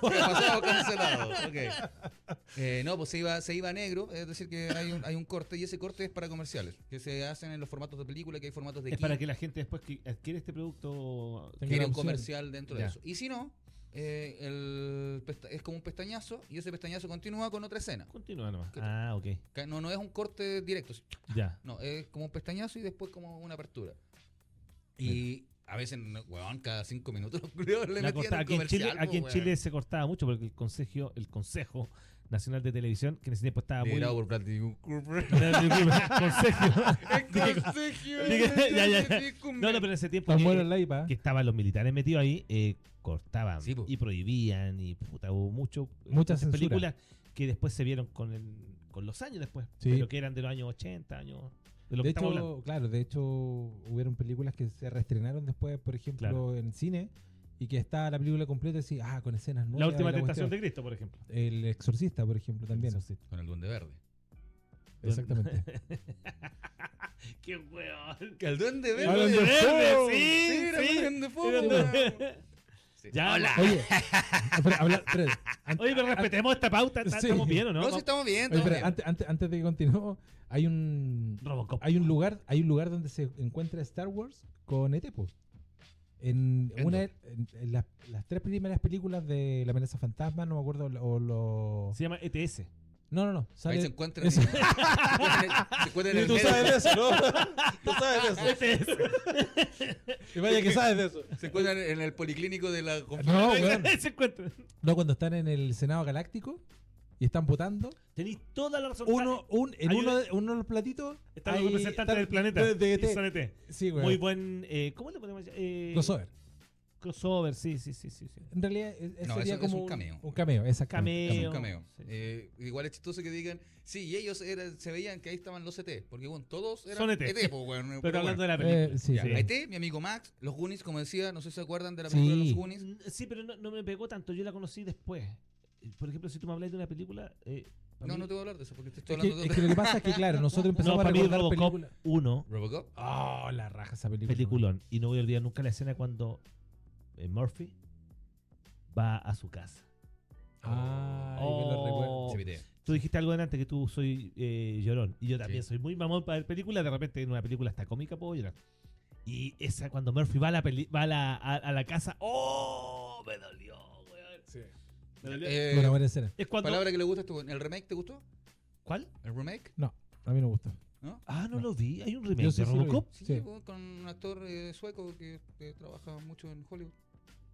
S1: Pasado cancelado. ok. Eh, no, pues se iba, se iba a negro, es decir, que hay un, hay un corte y ese corte es para comerciales, que se hacen en los formatos de película, que hay formatos de
S3: Es para
S1: kit,
S3: que la gente después que adquiere este producto
S2: Tenga
S1: que era
S2: la
S1: un
S2: opción.
S1: comercial dentro
S3: Ya.
S1: de eso. Y si no, eh, el pesta- es como un pestañazo y ese pestañazo continúa con otra escena.
S3: Continúa nomás.
S1: ¿Qué
S3: Ah, ok.
S1: Ca- No, no es un corte directo, sí.
S3: Ya.
S1: no, es como un pestañazo y después como una apertura. Y a veces, no, weón, cada cinco minutos los culiados le
S3: La
S1: metían
S3: cortaba-
S1: un
S3: Aquí, en Chile,
S1: comercial,
S3: aquí en
S1: po,
S3: Chile
S1: weón.
S3: se cortaba mucho porque el Consejo, el consejo Nacional de Televisión, que en ese tiempo estaba muy.
S1: Liderado por Bradley Cooper.
S3: consejo.
S1: El consejo
S3: Digo,
S1: de
S3: ya, ya, ya.
S1: Bradley Cooper.
S3: No, no, pero en ese tiempo.
S2: Tan
S3: que-
S2: bueno el live, ¿ah?
S3: que estaban los militares metidos ahí, eh, cortaban
S1: Sí, po.
S3: y prohibían y puta, hubo mucho,
S2: Mucha
S3: muchas
S2: censura.
S3: películas que después se vieron con, el- con los años después,
S2: Sí.
S3: pero que eran de los años 80, años de lo que
S2: de
S3: estamos hablando.
S2: hecho, claro, de hecho hubieron películas que se reestrenaron después, por ejemplo,
S3: Claro.
S2: en cine y que estaba la película completa y decía, ah, con escenas nuevas.
S3: La última
S2: y
S3: tentación de
S2: cuestión".
S3: Cristo, por ejemplo.
S2: El exorcista, por ejemplo, también.
S3: Eso sí.
S1: Con el duende verde.
S2: Exactamente.
S3: ¡Qué hueón!
S1: Que el duende verde.
S2: Hablan de
S3: Verde,
S2: fuego.
S3: sí,
S1: era
S3: sí.
S1: duende fuego,
S3: Era
S1: weón.
S3: duende-
S1: Sí.
S3: Ya,
S2: Oye, pero, habla- pero, an-
S3: Oye, pero respetemos esta pauta, ¿está-
S2: Sí.
S3: estamos bien, ¿o no?
S1: No, si estamos bien.
S2: oye,
S1: estamos
S2: pero
S1: bien.
S2: antes, antes, antes de que continuemos, hay un
S3: Robocop.
S2: hay un lugar, hay un lugar donde se encuentra Star Wars con ET, po. En
S1: ¿En
S2: una en- en las, las tres primeras películas de La amenaza fantasma, no me acuerdo, o lo...
S3: Se llama E ETS.
S2: No, no, no.
S1: Ahí
S2: Sale,
S1: se encuentran.
S2: Eso.
S1: Se encuentran en el medio.
S2: eso, ¿no? Tú sabes
S3: E
S2: de
S3: ETS.
S2: Y vaya que sabes de eso.
S1: Se encuentran en el policlínico de la conferencia.
S2: No, weón.
S3: Se encuentra.
S2: No, cuando están en el Senado Galáctico y están votando,
S3: Tenéis toda la razón.
S2: uno, un, en
S3: hay
S2: uno
S3: una-
S2: de, uno de los platitos.
S3: Está
S2: hay-
S3: el representante
S2: está-
S3: del planeta.
S2: de- E de-
S3: y
S2: de-
S3: son E ET.
S2: sí, weón.
S3: Muy buen. eh, ¿Cómo le podemos llamar? Eh,
S2: Pues, Crossover.
S3: crossover, sí, sí, sí, sí. sí.
S2: En realidad, e- e-
S1: No,
S2: sería
S1: eso-
S2: como
S1: es un cameo.
S2: Un cameo, exactamente.
S1: Es
S3: Cameo.
S1: un cameo.
S3: Sí, sí.
S1: Eh, igual es chistoso que digan, sí, y ellos eran- se veían que ahí estaban los ET, porque bueno, todos eran E pues,
S3: Son ET.
S1: po, weón, pero
S3: Pero
S1: bueno.
S3: hablando de la película.
S2: Eh, sí,
S1: Ya,
S3: Sí.
S2: sí.
S1: ET, mi amigo Max, los Goonies, como decía, no sé si se acuerdan de la película de
S2: Sí.
S1: los Goonies.
S3: N- Sí, pero no, no me pegó tanto, yo la conocí después. Eh, Por ejemplo, si tú me hablas de una película... eh, pa'
S1: No,
S3: mí-
S1: no te voy a hablar de eso, porque te estoy
S2: Es que,
S1: hablando de
S2: es que
S1: otra.
S2: lo que pasa es que, claro, nosotros empezamos
S3: No,
S2: a
S3: para mí
S2: recordar
S3: Robocop
S2: películas.
S3: Uno,
S1: ¿Robocop?
S2: Oh, la raja esa película.
S3: peliculón. Y no voy a olvidar nunca la escena cuando eh, Murphy va a su casa.
S2: Ah, ahí me lo recuerdo.
S3: Oh.
S1: Se pitea.
S3: Tú dijiste algo delante que tú soy eh, llorón. Y yo también
S1: Sí.
S3: soy muy mamón para ver películas. De repente en una película hasta cómica puedo llorar. Y esa cuando Murphy va a la, peli- va a la, a- a la casa. ¡Oh! Me dolió, weón.
S2: Sí.
S3: Me dolió.
S1: Eh,
S2: Buena, buena escena.
S3: es cuando.
S1: palabra que le gusta a este weón. ¿El remake te gustó?
S3: ¿Cuál?
S1: ¿El remake?
S2: No, a mí no me gustó.
S1: ¿No?
S3: Ah, no,
S2: No.
S3: lo vi. Hay un remake
S2: Yo sí,
S3: de
S2: sí lo vi.
S3: Robocop.
S1: Sí,
S2: Sí.
S1: weón, con un actor eh, sueco que, que trabaja mucho en Hollywood.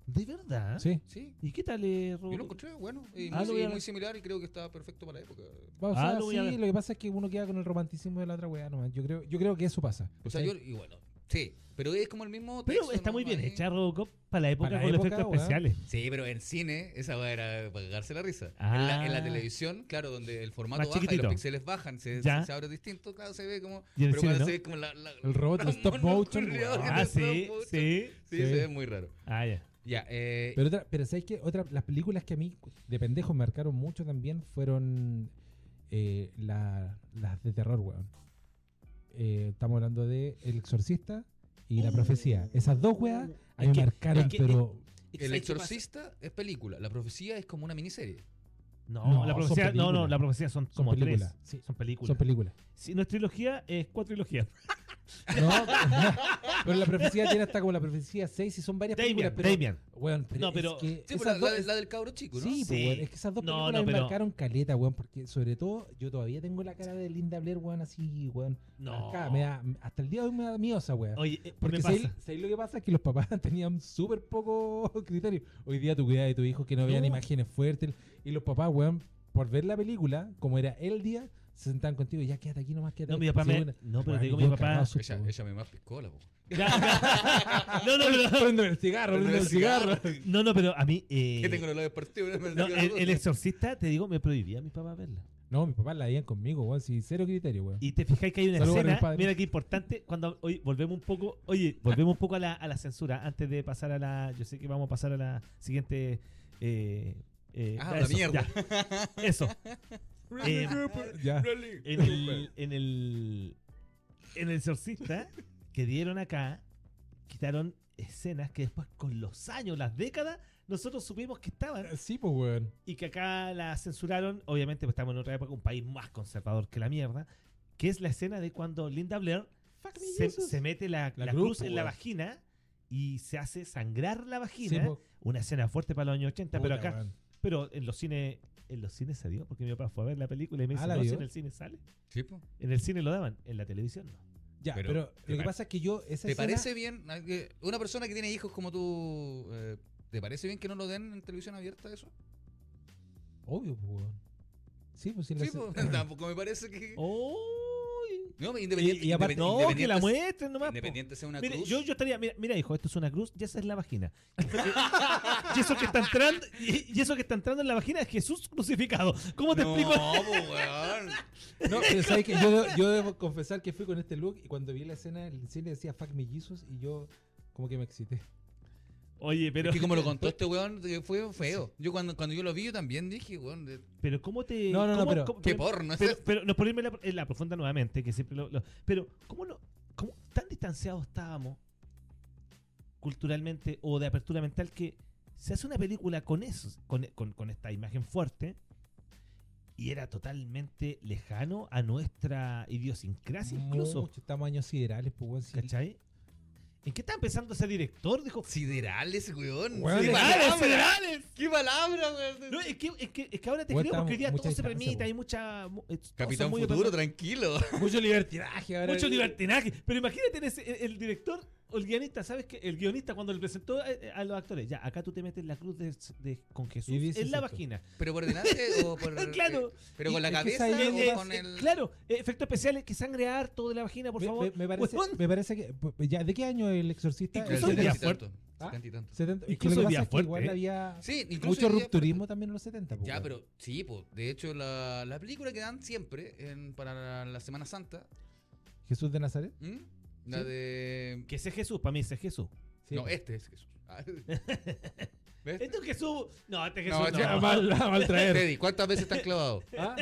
S3: ¿De verdad?
S2: Sí,
S1: Sí.
S3: ¿Y qué tal, eh,
S1: Yo lo
S3: Robocop?
S1: encontré bueno y
S3: Ah,
S1: muy,
S3: lo voy a
S1: y muy
S3: ver.
S1: similar y creo que está perfecto para la época.
S2: Va, o sea,
S3: Ah, lo voy a
S2: sí,
S3: ver.
S2: lo que pasa es que uno queda con el romanticismo de la otra weá nomás. Yo creo, yo creo que eso pasa.
S1: O sea, yo, y bueno, sí, pero es como el mismo
S3: Pero
S1: texto,
S3: está
S1: ¿no?
S3: muy bien
S1: Ahí.
S3: hecha Robocop para la época
S2: Para la
S3: con los
S2: época,
S3: efectos
S2: weón.
S3: especiales.
S1: Sí, pero en cine esa weá era para cagarse la risa. En,
S3: Ah.
S1: la, en la televisión, claro, donde el formato
S3: Más
S1: baja y
S3: chiquitito.
S1: los píxeles bajan, se,
S3: Ya.
S1: se abre distinto, claro, se ve como...
S3: Y en el
S1: Pero
S3: cine,
S1: cuando
S3: ¿no?
S1: se ve como la... la-
S2: El robot, el
S1: la
S2: stop
S1: mono
S2: motion,
S1: culiao
S2: weón.
S1: que
S3: Ah,
S1: te
S3: sí,
S1: stop motion.
S3: sí.
S1: Sí,
S2: Sí.
S1: se ve muy raro.
S3: Ah, ya.
S1: Ya, eh...
S2: Pero, otra, pero ¿sabes qué? Otra, las películas que a mí de pendejos marcaron mucho también fueron eh, la- las de terror, weón. Eh, estamos hablando de El Exorcista y La Profecía.
S3: Oh.
S2: Esas dos weas a mí
S3: Es
S2: me
S3: que-
S2: marcaron,
S3: es que-
S2: pero
S1: El exorcista es película, la profecía es como una miniserie.
S3: No,
S2: No,
S3: la
S2: son
S3: profecía, no, no,
S2: películas.
S3: la profecía son,
S2: son
S3: como
S2: películas.
S3: tres.
S2: Sí,
S3: Son películas.
S2: son películas.
S3: Sí, no es trilogía, es cuatrilogía.
S2: No, pero La Profecía tiene hasta como La Profecía 6 y son varias películas.
S3: Damian,
S2: Pero,
S3: Damian.
S2: weón, pero
S3: No,
S2: es
S3: pero- pues,
S2: que
S1: Sí,
S2: esas
S1: pero la,
S2: dos-
S1: la- la del cabro chico, ¿no?
S2: Sí, po,
S3: Sí.
S2: weón, es que esas dos
S3: No,
S2: películas
S3: no,
S2: me
S3: pero-
S2: marcaron caleta, weón, porque sobre todo yo todavía tengo la cara de Linda Blair, weón, así, weón.
S3: No.
S2: marcada. Me da- hasta el día de hoy me da miedo esa weón.
S3: Oye, eh,
S2: Porque
S3: me
S2: ¿sabéis
S3: pasa.
S2: sabéis lo que pasa es que los papás tenían súper poco criterio. Hoy día tú cuidas de tu hijo que no vean
S3: No.
S2: imágenes fuertes. Y los papás, weón, por ver la película, como era el día, se sentaban contigo y ya quédate aquí nomás, quédate
S3: No, mi
S2: aquí".
S3: papá
S2: Sí,
S3: me.
S2: bueno,
S3: No, pero
S2: Bueno,
S3: te digo,
S2: yo
S3: mi papá.
S2: cagado, su-
S1: Ella, ella me más piscola, po.
S3: Ya, ya. No, no, pero.
S2: Prende el cigarro, prende el cigarro.
S3: No, no, pero a mí. eh,
S1: ¿Qué tengo en los partidos?
S3: no, el, el exorcista, te digo, me prohibía a mi papá verla.
S2: No, mis papás la veían conmigo, weón, sí, cero criterio, weón.
S3: Y te fijáis que hay una
S2: Saludos a mis
S3: escena,
S2: padres.
S3: mira qué importante, cuando hoy volvemos un poco, oye, volvemos un poco a la, a la censura, antes de pasar a la, yo sé que vamos a pasar a la siguiente... eh, eh,
S1: Ah,
S3: ya,
S1: la
S3: eso,
S1: mierda.
S3: ya, eso. Eh,
S2: Ya.
S3: en el, en el en el exorcista que dieron acá quitaron escenas que después con los años las décadas nosotros supimos que estaban
S2: Sí, pues, weón.
S3: y que acá la censuraron obviamente pues estamos en otra época un país más conservador que la mierda que es la escena de cuando Linda Blair se, se mete la,
S2: La
S3: la
S2: cruz, pues,
S3: cruz en la
S2: weón.
S3: vagina y se hace sangrar la
S2: Sí,
S3: vagina
S2: po.
S3: una escena fuerte para los años 80 ¿eh? pero
S2: Puta,
S3: acá
S2: weón.
S3: pero en los cines en los cines se dio porque mi papá fue a ver la película y me
S2: Ah,
S3: dice
S2: ¿la
S3: no, si
S2: vio?
S3: en el cine sale
S1: Sí, po.
S3: en el cine lo daban, en la televisión no.
S2: Ya,
S1: Pero,
S2: pero,
S1: ¿te
S2: lo que
S1: pare-
S2: pasa es que yo esa
S1: ¿Te
S2: escena-
S1: parece bien? eh, que Una persona que tiene hijos como tú, eh, ¿te parece bien que no lo den en televisión abierta eso?
S2: Obvio, pues, weón. Sí, pues sí, la
S1: Sí,
S2: escena-
S1: po. tampoco me parece que... No, independiente.
S3: Oh. Y, y aparte,
S1: independ-
S3: no, que la
S1: independiente-
S3: muestren nomás. po.
S1: Independiente sea una
S3: Mire,
S1: cruz.
S3: yo, yo estaría, mira, mira, hijo, esto es una cruz y esa es la vagina. y eso que está entrando, y, y eso que está entrando en la vagina es Jesús crucificado. ¿Cómo te
S1: no,
S3: explico?
S1: po, weón.
S2: No, pero sabes que yo, de- yo debo confesar que fui con este look y cuando vi la escena en el cine decía fuck me Jesus y yo como que me excité.
S3: Oye, pero,
S1: Es que
S2: pues
S1: como lo contó este weón, eh, fue feo. Yo cuando, cuando yo lo vi, yo también dije, weón, de-
S3: pero ¿cómo te?
S2: No, no, no,
S3: cómo-
S2: pero-
S3: cómo-
S1: qué porno. es
S3: pero,
S1: esto?
S3: pero nos ponemos en la, en la profunda nuevamente, que siempre lo, lo- Pero, ¿cómo no? ¿Cómo tan distanciados estábamos culturalmente o de apertura mental que se hace una película con eso, con, con- con esta imagen fuerte? Y era totalmente lejano a nuestra idiosincrasia incluso.
S2: Mucho, estamos años siderales, pues weón. sí.
S3: ¿Cachai? ¿En qué estaba pensando ese director? Dijo,
S1: Siderales, weón.
S2: Weón,
S1: ¿Qué,
S2: siderales,
S1: palabra,
S3: federales!
S1: ¿Qué palabra, weón?
S3: No, es que, es, que, es que ahora te
S2: Bueno,
S3: creo, porque hoy
S2: estamos-
S3: día
S2: mucha
S3: todo se
S2: distancia,
S3: permite,
S2: po.
S3: hay mucha... mu- eh, todos
S1: Capitán
S3: son muy
S1: Futuro, tranquilo.
S2: Mucho libertinaje ahora.
S3: Mucho libertinaje. Pero imagínate en ese- el, el director o el guionista, ¿sabes qué? El guionista cuando le presentó a, a los actores, ya, acá tú te metes la cruz de, de- con Jesús
S2: Y
S3: en
S2: dices
S3: la
S2: esto.
S3: vagina.
S1: ¿Pero por delante o por.?
S3: Claro.
S1: eh, ¿Pero con
S2: Y-
S1: la
S2: es que
S1: cabeza
S2: sabe bien
S1: o
S2: de-
S1: con
S3: Eh,
S1: el.?
S3: Claro, eh, efectos especiales que sangre harto de la vagina, por
S2: Me-
S3: favor.
S2: Me, me parece,
S3: Weón,
S2: me parece que. pues, Ya, ¿De qué año el exorcista?
S1: el
S3: Incluso el día
S1: setenta y
S3: fuerte.
S1: tanto?
S2: ¿Ah?
S1: 70 y tantos.
S2: 70, es que
S3: Incluso
S2: lo que
S3: día
S2: pasa es que
S3: fuerte,
S2: igual
S3: ¿eh?
S2: había
S1: Sí, incluso
S2: mucho
S1: hoy día-
S2: rupturismo también en los 70. po,
S1: Ya,
S2: weón.
S1: pero sí, po. de hecho la, la película que dan siempre en- para la, la Semana Santa,
S2: Jesús de Nazaret.
S1: ¿m? la
S2: Sí.
S1: de...
S3: Que ese es Jesús, para mí ese es Jesús.
S2: Sí,
S1: No,
S2: po.
S1: este es Jesús. Ah, ¿Ves?
S3: Este es Jesús. No, este es
S1: No,
S3: Jesús.
S1: este-
S3: No,
S2: Ah, mal, mal traer.
S1: Freddy, ¿cuántas veces te has clavado?
S2: ¿Ah?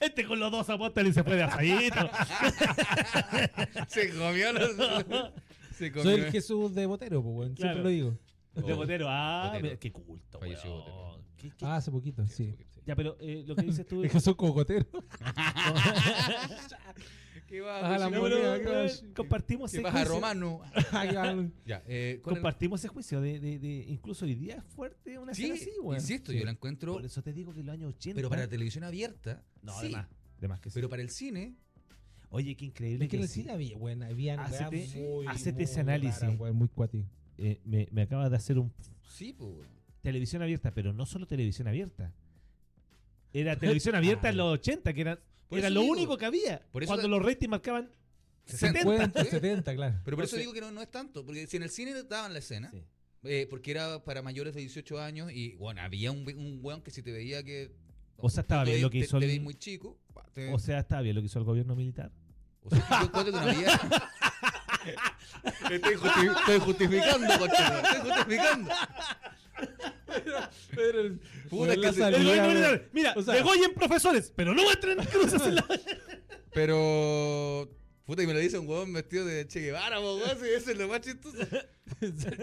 S3: Este con los dos apóstoles se fue de asadito.
S1: Se comió los... Se comió... Oh.
S2: Soy el Jesús de Botero, po, weón, siempre
S3: Claro.
S2: lo digo.
S3: De Botero. Ah,
S1: Botero.
S3: mira, qué culto.
S1: Falleció
S3: weón.
S1: Botero.
S3: ¿Qué- qué-
S2: Ah, hace poquito,
S1: Sí,
S2: sí.
S1: porque-
S3: Ya, pero eh, lo que dices tú.
S2: El Jesús como Botero.
S1: ¿Qué va,
S2: Ah, la
S1: Luciano?
S3: No,
S2: moneda,
S3: pero,
S2: qué
S3: weón,
S2: vaya.
S3: compartimos
S1: ¿Qué
S3: ese
S1: pasa,
S3: juicio.
S1: Romano? Ya, eh, ¿cuál era?
S3: Compartimos ese juicio de, de, de incluso hoy día es fuerte una
S1: Sí,
S3: escena así, weón.
S1: insisto,
S3: Sí.
S1: yo la encuentro...
S3: Por eso te digo que los años 80.
S1: Pero para televisión abierta,
S3: No,
S1: sí.
S3: de más. de más que sí.
S1: Pero para el cine,
S3: Oye, qué increíble
S2: Es que en
S3: que
S2: el
S3: sí.
S2: cine había, bueno, había
S3: Hacete-
S2: weas muy,
S3: hacete
S2: muy
S3: ese análisis.
S2: raras, weón, muy cuático.
S3: Eh, me, me acabas de hacer un
S1: sí, pues.
S3: televisión abierta, pero no solo televisión abierta. Era televisión abierta en los 80, que era,
S1: Por
S3: era
S1: eso
S3: lo
S1: digo,
S3: único que había.
S1: por eso
S3: cuando
S1: la-
S3: los ratings marcaban 70.
S2: 50, 70, claro.
S1: Pero por eso digo
S3: Entonces-
S1: que no, no es tanto, porque si en el cine daban la escena,
S3: Sí.
S1: eh, porque era para mayores de 18 años y bueno, había un, we- un weón que si te veía que...
S3: O sea, estaba
S1: te ve-
S3: bien Ah, lo que
S1: te-
S3: hizo
S1: te
S3: el-
S1: veis muy chico. pa, te-
S3: O sea, está bien lo que hizo el gobierno militar.
S1: o sea, yo encuentro que no había... Estoy, justi- estoy justificando, coche, estoy justificando. Puta,
S2: Weón,
S1: es que
S2: la
S1: se-
S2: salida,
S3: El gobierno
S2: weón.
S3: militar, mira,
S2: O sea-
S3: degollen profesores, pero no entren cruces en la.
S1: Pero... Puta, y me lo dice un weón vestido de Che Guevara, po, weón, si eso es lo más chistoso.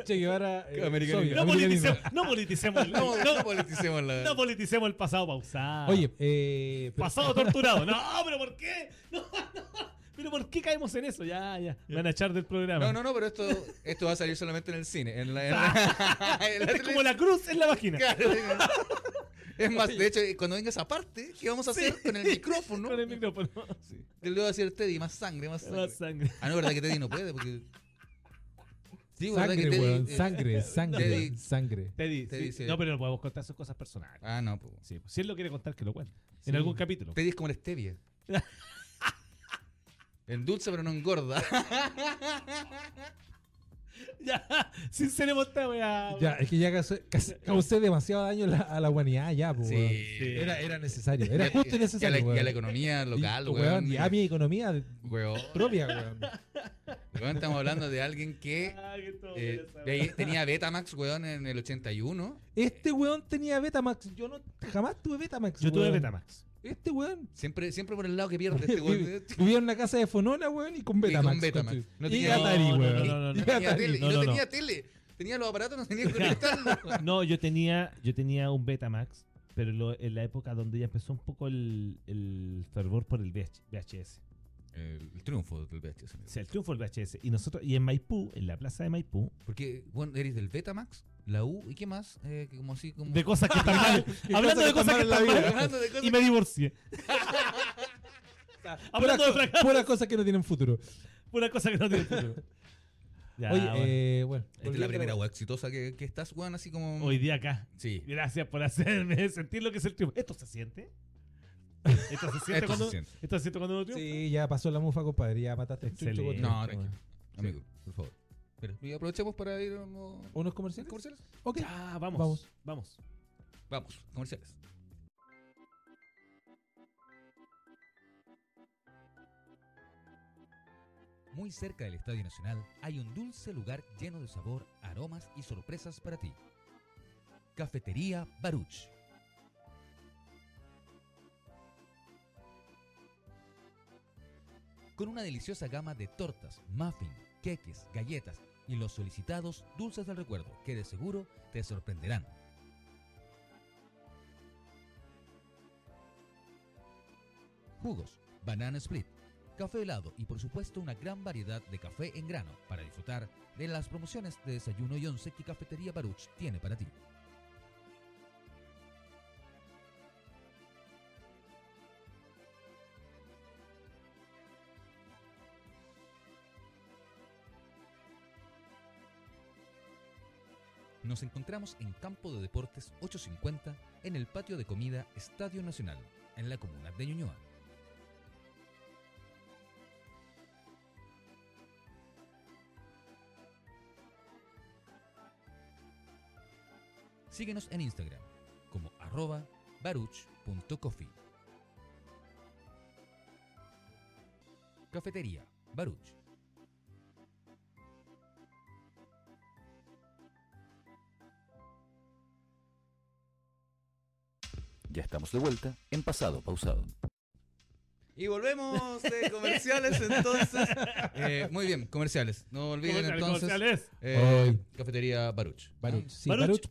S2: Che Guevara. eh,
S1: Americanismo.
S2: soy
S3: No
S2: americanismo.
S3: politicemos, no politicemos, el-
S1: No, no
S3: no,
S1: politicemos la...
S3: no politicemos el pasado pausado.
S2: Oye, eh, pero-
S3: pasado torturado. No, pero ¿por qué? No, no. Pero ¿por qué caemos en eso? Ya, ya. Me van a echar del programa.
S1: No, no, no, pero esto, esto va a salir solamente en el cine. En la, en la- en la
S3: Esta es
S1: tele-
S3: como la cruz en la vagina.
S1: Claro, es más, de hecho, cuando venga esa parte, ¿qué vamos a hacer con el micrófono?
S3: Con el micrófono.
S1: Yo le voy a decir a Teddy, más sangre, más sangre.
S3: Más sangre.
S1: Ah, no, verdad que Teddy no puede, porque. Sí, verdad que
S2: sangre,
S1: Teddy.
S2: weón,
S1: eh,
S2: sangre,
S1: Teddy-
S2: sangre, sangre.
S3: Teddy,
S1: Te
S3: sí.
S1: dice-
S3: No, pero no podemos contar sus cosas personales.
S1: Ah, no, po.
S3: Sí, pues, si él lo quiere contar, que lo cuente.
S2: Sí.
S3: En algún capítulo.
S1: Teddy es como la stevia. Endulza, pero no engorda.
S3: Ya, sin ceremonia, weá.
S2: Ya, es que ya causé, casi- causé demasiado daño la- a la humanidad ya, po, weón. Era, era necesario, era justo y
S1: Y a la,
S2: necesario.
S1: y a la
S2: weón.
S1: economía local,
S2: Y,
S1: weón.
S2: Y a mi economía de-
S1: Weón,
S2: propia, weón.
S1: weón, estamos hablando de alguien que
S3: Ah, que todo
S1: eh,
S3: bien esa
S1: de
S3: weá.
S1: ahí tenía Betamax, weón, en el 81.
S2: Este weón tenía Betamax. Yo no jamás tuve Betamax.
S3: Yo tuve
S2: weón.
S3: Betamax.
S2: Este weón.
S1: Siempre, siempre por el lado que pierde este weón.
S2: Vivía en una casa de Fonona, weón, y con
S1: con
S2: Betamax.
S1: Betamax.
S2: conche.
S1: No
S2: y
S1: tenía-
S2: Atari,
S3: No, no,
S2: weón.
S3: no, no, no.
S2: Y
S1: No tenía
S2: Atari.
S1: tele, y no,
S3: No, no, no.
S1: tenía tele. Tenía los aparatos, no tenía que conectarlos.
S3: No, yo tenía, yo tenía un Betamax, pero lo- en la época donde ya empezó un poco el, el fervor por el VH VHS.
S1: El triunfo del VHS.
S3: O sea, el triunfo del VHS. Y nosotros, y en Maipú, en la plaza de Maipú,
S1: Porque, bueno, eres del Betamax, la U, ¿y qué más? Eh, que como así, como...
S3: de cosas que están mal. hablando de cosas que están
S1: Estamos
S3: mal.
S1: hablando de
S3: Y
S1: cosas...
S3: me divorcié.
S2: Puras
S3: hablando de
S2: co-
S3: fracaso.
S2: puras cosas que no tienen futuro.
S3: Una cosa que no tiene futuro. Ya,
S2: Oye,
S3: bueno.
S2: eh, bueno.
S1: Esta es la primera web exitosa que, que estás, weón, así como...
S3: hoy día acá.
S1: Sí.
S3: Gracias por hacerme sentir lo que es el triunfo. ¿Esto se siente? ¿Esto se siente,
S1: Esto se
S3: cuando,
S1: siente.
S3: ¿esto se siente cuando uno triunfa?
S2: Sí, ya pasó la mufa, compadre. Ya mataste el chucho. con-
S3: Excelente.
S1: No,
S2: Sí.
S1: tranquilo. Amigo, por favor. Pero, y aprovechemos para ir a unos
S2: ¿Unos comerciales?
S1: comerciales.
S2: Ok.
S3: Ya, vamos.
S2: Vamos.
S3: Vamos. vamos.
S1: Vamos, comerciales. Muy cerca del Estadio Nacional hay un dulce lugar lleno de sabor, aromas y sorpresas para ti. Cafetería Baruch. Con una deliciosa gama de tortas, muffin, queques, galletas y los solicitados dulces del recuerdo que de seguro te sorprenderán. jugos, banana split, café helado y por supuesto una gran variedad de café en grano para disfrutar de las promociones de desayuno y once que Cafetería Baruch tiene para ti. Nos encontramos en Campo de Deportes 850 en el patio de comida Estadio Nacional, en la comuna de Ñuñoa. Síguenos en Instagram como arroba baruch.coffee. Cafetería Baruch.
S4: Ya estamos de vuelta en pasado pausado.
S1: Y volvemos de comerciales entonces. Eh, muy bien, comerciales. No olviden
S3: Comerciales,
S1: entonces
S3: comerciales.
S1: eh,
S2: Hoy.
S1: Cafetería Baruch.
S2: Baruch. Sí,
S3: Baruch.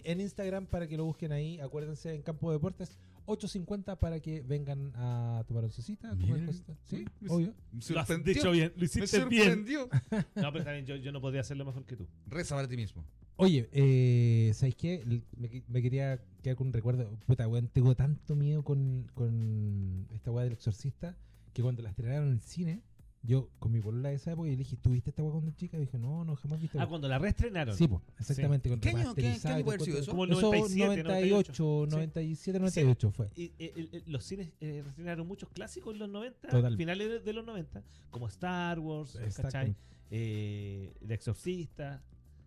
S1: Con-
S2: en Instagram para que lo busquen ahí. Acuérdense, en Campo de Deportes, 8.50 para que vengan a tomar oncecita. a comer
S1: Miren.
S2: cositas. Sí,
S1: Mm,
S2: obvio.
S1: Me
S3: Lo has dicho bien, lo
S1: Me
S3: hiciste bien.
S1: sorprendió.
S3: No, pero también yo, yo no podría hacerlo mejor que tú.
S1: Reza para ti mismo.
S2: Oye, eh, ¿sabes qué? L- Me, que- me quería quedar con un recuerdo. Puta, weón, tengo tanto miedo con, con esta weá del exorcista que cuando la estrenaron en el cine, yo con mi polola de esa época, yo le dije, ¿tú viste esta weá cuando chica? Y dije, no, no, jamás viste.
S3: Ah, cuando la reestrenaron.
S2: Sí, po, exactamente. Con
S1: ¿Qué año- qué- qué año
S2: remasterizada y todo
S1: puede haber sido
S2: el
S1: eso?
S2: cuento.
S3: Como el 97,
S2: 98,
S3: 98,
S2: 97, 98 fue.
S3: Y, eh, el- el- los cines eh, reestrenaron muchos clásicos en los 90,
S2: Total.
S3: finales de, de los 90, como Star Wars, ¿cachai?
S2: Exactamente.
S3: Eh, El Exorcista,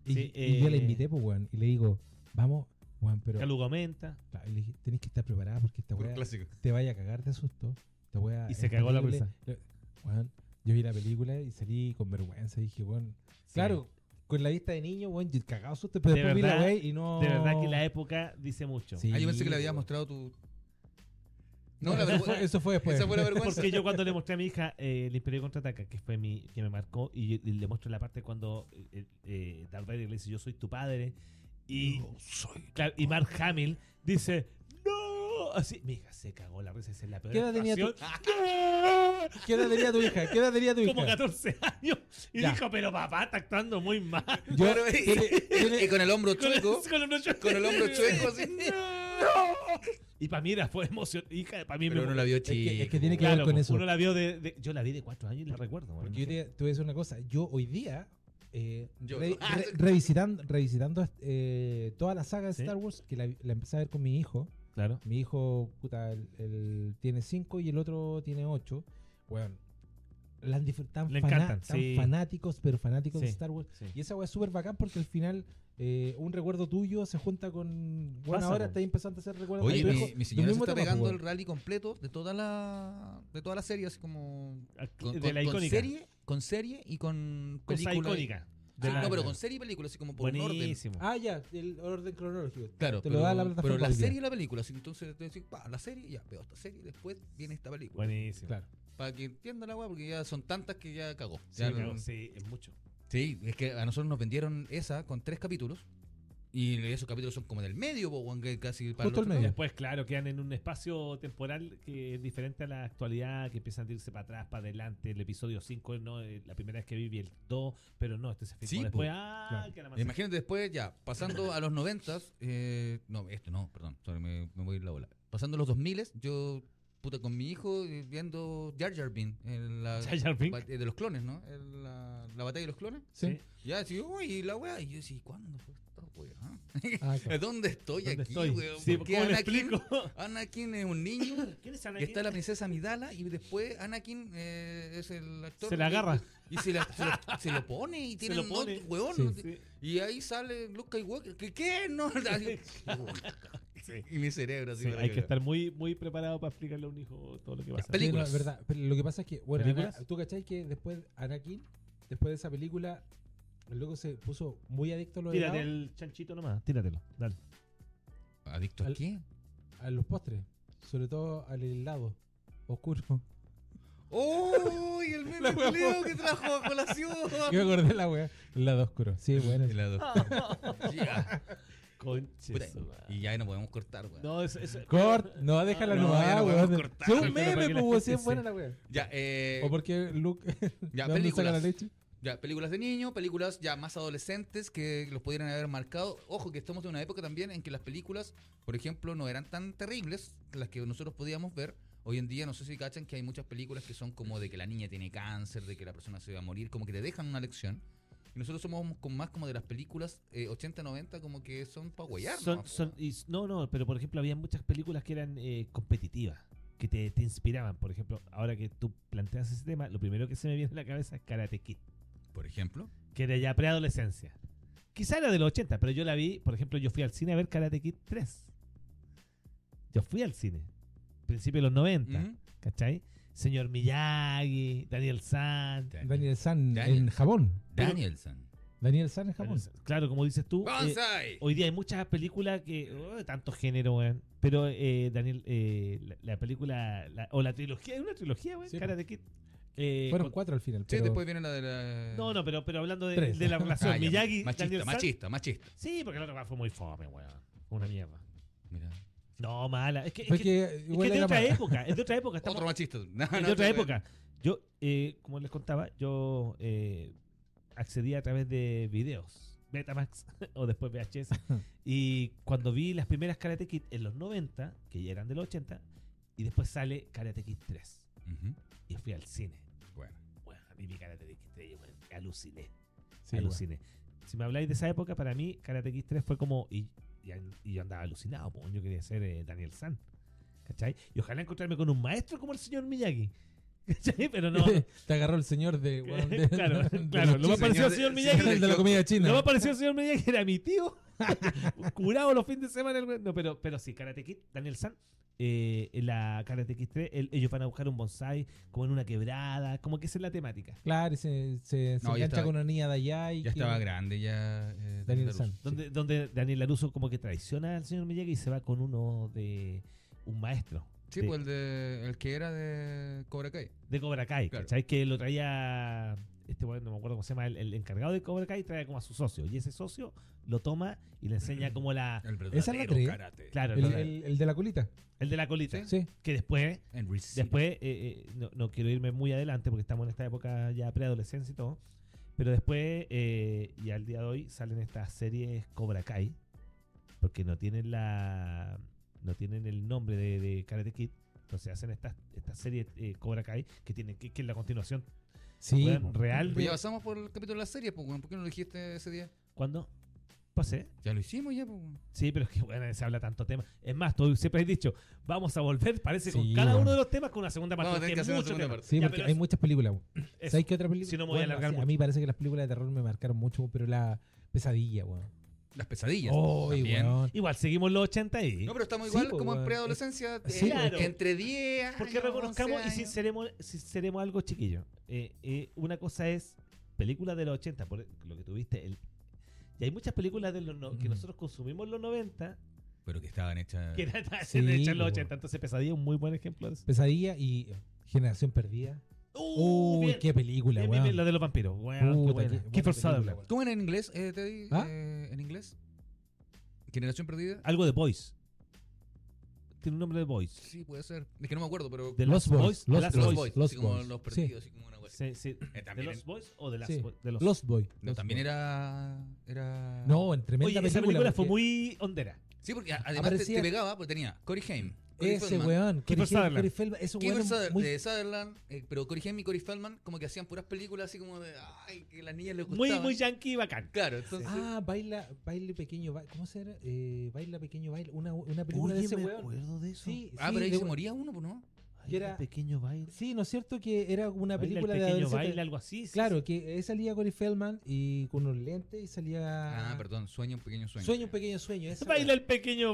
S2: Y,
S3: Sí,
S2: y yo la
S3: eh,
S2: invité, pues, weón, y le digo, vamos, weón, pero
S3: Caluga Aumenta.
S2: claro, y le dije, tenés que estar preparada porque esta
S1: Puro
S2: weá
S1: clásico.
S2: te vaya a cagar de susto. Esta weá
S3: Y
S2: es
S3: se cagó la
S2: terrible".
S3: risa.
S2: Le- Weón, yo vi la película y salí con vergüenza. Dije, weón, claro, con la vista de niño, weón, yo cagado de susto, pero
S3: De
S2: después vi la
S3: verdad,
S2: weá y no.
S3: De verdad que la época dice mucho.
S2: Sí,
S1: Ah, yo pensé que le habías
S2: weón.
S1: mostrado tu. No, la
S2: eso,
S1: vergüenza.
S2: fue, eso fue después.
S1: Esa fue la vergüenza.
S3: Porque yo cuando le mostré a mi hija eh, el Imperio Contraataca, que fue mi que me marcó, y, y le muestro la parte cuando eh, eh, eh, Darth Vader le dice, yo soy tu padre, y, claro, y Mark Hamill dice, no, así, mi hija se cagó la risa, esa es la peor
S2: ¿Qué edad tenía
S3: actuación.
S2: ¿Qué edad tenía tu hija? ¿Qué edad tenía tu hija?
S3: Como 14 años, y
S2: Ya.
S3: dijo, pero papá está actuando muy mal.
S2: Yo-
S1: Claro, y-
S2: tiene- tiene-
S1: Y con el hombro chueco.
S3: con el, hombro
S1: Con el hombro chueco, así.
S3: Y para mí era, fue emoción, hija, para mí
S1: Pero
S3: me
S1: uno la vio
S2: que-
S1: chico.
S2: es que tiene que-
S3: Claro,
S2: ver con
S3: pues,
S2: eso.
S3: uno la vio de, de- Yo la vi de cuatro años y la recuerdo. bueno.
S2: Porque yo te, te voy a decir una cosa. Yo hoy día, eh,
S1: Yo-
S2: re-
S1: Ah,
S2: re-
S1: sí.
S2: revisitando, revisitando eh, toda la saga de
S3: Sí.
S2: Star Wars, que la, la empecé a ver con mi hijo.
S3: Claro.
S2: Mi hijo, puta, el, el tiene 5 y el otro tiene 8. Weón. La han disfr- tan,
S3: Le
S2: fana-
S3: encantan,
S2: tan
S3: sí.
S2: fanáticos, pero fanáticos de
S3: Sí.
S2: Star Wars.
S3: Sí.
S2: Y esa weá es súper bacán porque al final eh, un recuerdo tuyo se junta con. Bueno,
S3: Pasa,
S2: ahora
S3: po.
S2: está empezando a hacer recuerdos de
S1: Oye,
S2: tu
S1: mi,
S2: hijo
S1: mi
S2: del
S1: señora se
S2: mismo
S1: está
S2: tema, po,
S1: pegando
S2: weón.
S1: el rally completo de toda la, de toda la serie, así como. Con,
S3: de
S1: con-
S3: la
S1: con
S3: icónica.
S1: serie, con serie y con
S3: Cosa
S1: película.
S3: icónica. De
S1: Sí,
S3: la-
S1: no, pero con serie y película, así como por un orden.
S3: Buenísimo.
S2: Ah, ya, el orden cronológico.
S1: Claro,
S2: Te lo
S1: pero,
S2: da la
S1: pero
S2: plataforma hoy día.
S1: serie y la película. así, entonces, te decís, pa, la serie, ya, veo esta serie, después viene esta película.
S3: Buenísimo.
S2: Claro.
S1: Para que entiendan la weá, porque ya son tantas que ya cagó.
S3: Sí,
S1: Ya
S3: pero
S1: no-
S3: sí, es mucho.
S1: Sí, es que a nosotros nos vendieron esa con tres capítulos. Y esos capítulos son como del medio, po, weón, que casi para
S2: Justo
S1: el
S2: al
S1: otro
S2: medio.
S1: lado.
S3: Después, claro, quedan en un espacio temporal que es diferente a la actualidad, que empiezan a irse para atrás, para adelante. El episodio 5, no, eh, la primera vez que vi vi el 2, pero no, este se filmó
S1: Sí, pues.
S3: después.
S1: po.
S3: Ah,
S2: Claro.
S3: que la manzana.
S1: Imagínate después, ya, pasando a los noventas, eh, no, esto no, perdón, sorry, me, me voy a ir la bola. Pasando a los 2000, yo, puta, con mi hijo eh, viendo Jar Jar Bin, en la,
S3: Jar Jar Binks.
S1: ba- eh, de los clones, ¿no? En la, la batalla de los clones.
S2: Sí.
S1: Ya, sí, uy, y la weá, y yo decía, "¿Y ¿cuándo fue esta weá?
S2: Ah, claro.
S1: ¿Dónde estoy
S3: ¿Dónde
S1: aquí,
S3: estoy?
S1: weón?
S3: Sí,
S1: ¿Por qué
S3: ¿cómo le
S1: Anakin-
S3: explico?
S1: Anakin es un niño
S3: ¿Quién
S1: Y
S3: es
S1: está
S3: Anakin?
S1: la princesa Midala y después Anakin eh, es el actor.
S3: Se la
S1: que-
S3: agarra.
S1: Y se, la- se lo, se lo pone y tiene
S3: lo
S1: un
S3: pone.
S1: otro weón.
S2: Sí.
S1: no sé.
S3: Sí,
S1: Y ahí sale Luke Skywalker. ¿Qué? qué? No, así-
S3: sí.
S1: y mi cerebro así.
S3: Sí,
S1: para
S3: hay que
S1: cagar.
S3: estar muy, muy preparado para explicarle a un hijo todo lo que pasa.
S1: peli-
S2: Sí, no,
S1: Películas.
S2: es verdad. Pero lo que pasa es que, bueno, Ana-
S3: ¿Películas?
S2: tú cachai que después Anakin, después de esa película, el loco se puso muy adicto a los,
S3: Tírate
S2: helados,
S3: el chanchito nomás, tíratelo. Dale.
S1: ¿Adicto a
S2: Al-
S1: qué?
S2: a los postres, sobre todo al helado oscuro.
S1: ¡Uy! el meme
S2: La wea
S1: culiao que trajo a colación.
S2: Yo me acordé la wea. El helado oscuro. Sí, bueno.
S1: El lado. Ya.
S3: Conche
S1: Puta,
S3: su madre.
S1: Y ya no podemos cortar, weón.
S3: No, eso, eso-
S2: Cort, no, déjala
S1: No,
S2: nomás,
S1: ya no
S2: weón.
S1: podemos cortar.
S2: Si es
S3: Sí,
S2: un
S3: pero para que
S2: meme,
S3: la
S2: pues, si
S3: gente
S2: es buena
S3: se-
S2: la wea.
S1: Ya, eh.
S2: O porque Luke.
S1: Ya,
S2: ¿de dónde saca la
S1: películas.
S2: leche?
S1: Ya, películas de niños, películas ya más adolescentes que los pudieran haber marcado. Ojo, que estamos en una época también en que las películas, por ejemplo, no eran tan terribles las que nosotros podíamos ver. Hoy en día, no sé si cachan que hay muchas películas que son como de que la niña tiene cáncer, de que la persona se va a morir, como que te dejan una lección. Y nosotros somos con más como de las películas eh, 80-90, como que son para huellar.
S3: son- son- y s- no, no, pero por ejemplo, había muchas películas que eran eh, competitivas, que te, te inspiraban. Por ejemplo, ahora que tú planteas ese tema, lo primero que se me viene a la cabeza es Karate Kid,
S1: por ejemplo.
S3: que era ya preadolescencia. Quizá era de los 80, pero yo la vi, por ejemplo, yo fui al cine a ver Karate Kid 3. Yo fui al cine. Principio de los 90,
S1: Ujú.
S3: ¿cachai? Señor Miyagi, Daniel San.
S2: Daniel San
S1: Daniel.
S2: en Japón.
S1: Danielson.
S2: Daniel San en Japón.
S3: Claro, como dices
S1: Uh,
S3: tú. eh,
S1: ¡Bonsai!
S3: Hoy día hay muchas películas que. oh, tanto género, weón. Pero, eh, Daniel, eh, la, la película. la- o la trilogía. Es una trilogía, weón.
S2: Sí,
S3: Karate Kid. Eh,
S2: Fueron
S3: con-
S2: cuatro al final.
S1: Sí,
S2: pero-
S1: después viene la de la.
S3: no, no, pero, pero hablando de,
S2: Tres.
S3: de la
S1: Ah,
S3: relación
S1: ya,
S3: Miyagi. Daniel
S1: Machista,
S3: San-
S1: machista, machista.
S3: Sí, porque la otra fue muy fome, weón. Una mierda.
S1: Mira.
S3: No, mala. Es que, es
S2: Fue
S3: que-
S2: que
S3: es que
S2: igual
S3: es de
S2: era
S3: otra
S2: más-
S3: época. Es de otra época. Estamos,
S1: Otro machista. No,
S3: es
S1: Ah, no,
S3: de otra
S1: te-
S3: época. Yo, eh, como les contaba, yo eh, accedí a través de videos. Betamax o después VHS. y cuando vi las primeras Karate Kid en los 90, que ya eran de los 80, y después sale Karate Kid 3.
S1: Ujú.
S3: Y fui al cine.
S1: Bueno.
S3: Bueno, vi mi Karate Kid 3 bueno, aluciné.
S2: Sí, igual.
S3: aluciné. Si me habláis de esa época, para mí Karate Kid 3 fue como... Y, y an- y yo andaba alucinado, po, yo quería ser eh, Daniel San. ¿Cachai? Y ojalá encontrarme con un maestro como el señor Miyagi. ¿Cachai? Pero no...
S2: Te agarró el señor de. weón, de-
S3: claro,
S2: de-
S3: claro.
S2: de-
S3: Lo más
S1: Sí,
S3: parecido
S1: señor
S3: al
S1: de-
S3: señor
S1: señor
S3: Miyagi.
S2: de la comida china.
S3: Lo más parecido al señor Miyagi era mi tío. Curado los fines de semana. el güey. No, pero, pero sí, Karate Kid, Daniel San. eh, en la Karate Kid 3, el- ellos van a buscar un bonsai como en una quebrada, como que esa es la temática.
S2: Claro, y se, se, se
S1: No, ya
S2: engancha
S1: estaba-
S2: con una niña de allá. Y
S1: Ya
S2: que-
S1: estaba grande, ya. eh,
S2: Daniel
S1: Larusso.
S2: San.
S3: Donde, donde Daniel Laruso como que traiciona al señor Miyagi y se va con uno de un maestro.
S1: Sí,
S3: de,
S1: pues el, de, el que era de Cobra Kai.
S3: de Cobra Kai,
S1: Claro.
S3: ¿cachai? Que lo traía, este bueno, no me acuerdo cómo se llama, el, el encargado de Cobra Kai trae como a su socio. Y ese socio lo toma y le enseña como la...
S1: El
S2: Esa es la tres.
S1: karate.
S3: Claro,
S2: El,
S3: lo-
S2: el- el de la colita.
S3: el de la colita.
S2: Sí.
S3: Que después,
S1: And receive.
S3: después eh, eh, no, no quiero irme muy adelante porque estamos en esta época ya preadolescencia y todo. Pero después, eh, y al día de hoy, salen estas series Cobra Kai. Porque no tienen la. No tienen el nombre de, de Karate Kid. Entonces hacen esta, esta serie eh, Cobra Kai que tiene que, que es la continuación
S2: Sí.
S3: weón, real
S1: Pues ya
S3: de.
S1: pasamos por el capítulo de la serie, pues, weón. ¿por qué no lo dijiste ese día?
S3: ¿Cuándo? Pasé.
S1: Ya lo hicimos, ya, pues. weón.
S3: Sí, pero es que bueno, se habla tanto tema. Es más, tú siempre has dicho, vamos a volver, parece, con
S2: Sí,
S3: cada
S2: weón.
S3: uno de los temas con una segunda parte.
S1: Vamos a tener que
S3: porque es
S1: hacer una
S3: mucho
S1: segunda
S3: tema.
S1: parte.
S2: Sí,
S3: Ya,
S2: porque
S3: pero
S2: hay
S3: es-
S2: muchas películas. weón.
S3: es-
S2: ¿Sabes qué otra película?
S3: si no me voy a alargar
S2: sí, a mí parece que las películas de terror me marcaron mucho, weón, pero la pesadilla, weón.
S1: Las pesadillas.
S2: Oy,
S1: también.
S2: weón.
S3: Igual seguimos los 80 y.
S1: No, pero estamos
S2: Sí,
S1: igual
S2: pues,
S1: como en
S2: weón.
S1: preadolescencia.
S2: Sí,
S1: eh,
S3: claro.
S1: Entre 10 años.
S3: Porque reconozcamos
S1: 11
S3: y
S1: años.
S3: sinceremos, sinceremos algo, chiquillo. Eh, eh, una cosa es películas de los 80, por lo que tuviste. El, y hay muchas películas de los no- que
S2: Mm.
S3: nosotros consumimos en los 90
S1: Pero que estaban hechas.
S3: que eran hechas
S2: Sí,
S3: en los
S2: po.
S3: 80. Entonces, Pesadilla es un muy buen ejemplo de eso.
S2: Pesadilla y Generación Perdida.
S3: ¡Uh!
S2: Uy,
S3: bien,
S2: qué película,
S3: bien, bien, bien,
S2: weón.
S3: la de los vampiros. Weón, qué
S2: Puta,
S3: buena.
S2: qué buena
S3: Kiefer
S2: película,
S3: Sutherland.
S2: weón.
S1: ¿Cómo era en inglés, eh, Teddy?
S2: ¿Ah?
S1: Eh, ¿En inglés? ¿Generación perdida?
S3: Algo de Boys. Tiene un nombre de Boys.
S1: Sí, puede ser. Es que no me acuerdo, pero.
S3: De
S2: Los
S3: los
S2: Boys,
S3: Boys.
S2: Los
S3: Last
S1: Los
S2: Boys.
S1: Boys,
S2: Los
S1: así como
S2: Boys,
S1: los
S2: sí.
S1: perdidos, así como una cosa.
S3: Sí, sí.
S1: Eh,
S3: ¿De
S1: también
S3: los Boys o de las
S2: Sí,
S3: Boys? De los
S2: Lost Boy.
S1: No, también era. era...
S2: No, eh, en tremenda
S3: Ah. Oye,
S2: película.
S3: esa película fue
S2: porque
S3: muy hondera.
S1: Sí, porque a- además te- te,
S2: Aparecía-
S1: pegaba porque tenía Corey Haim. Corey
S2: Ese
S1: Feldman,
S2: weón, Corey Feldman,
S3: Kiefer Sutherland.
S2: Corey Feldman, ese
S1: Kiefer
S2: weón es
S1: Suther-
S2: muy-
S1: de Sutherland, eh, pero Corey Haim y Corey Feldman como que hacían puras películas así como de. Ay, que a las niñas les gustaban.
S3: Muy, muy yankee y bacán.
S1: Claro, entonces.
S2: Ah, baila, baile pequeño, ba- ¿cómo se era? Eh, baila pequeño, baile, una, una película de ese weón.
S3: acuerdo de
S2: Sí,
S1: Ah,
S2: sí,
S1: pero ahí
S2: de-
S1: se moría uno, pues, ¿no?
S2: Que era-
S3: pequeño baile.
S2: Sí, ¿no es cierto que era una
S3: Baila el
S2: película de
S3: pequeño
S2: adolescente?
S3: baile, algo así. sí,
S2: Claro, que ahí salía Corey Feldman y con unos lentes y salía
S1: Ah, perdón, sueño, un pequeño sueño.
S2: Sueño un pequeño sueño,
S3: sí.
S2: esa
S3: Baila el pequeño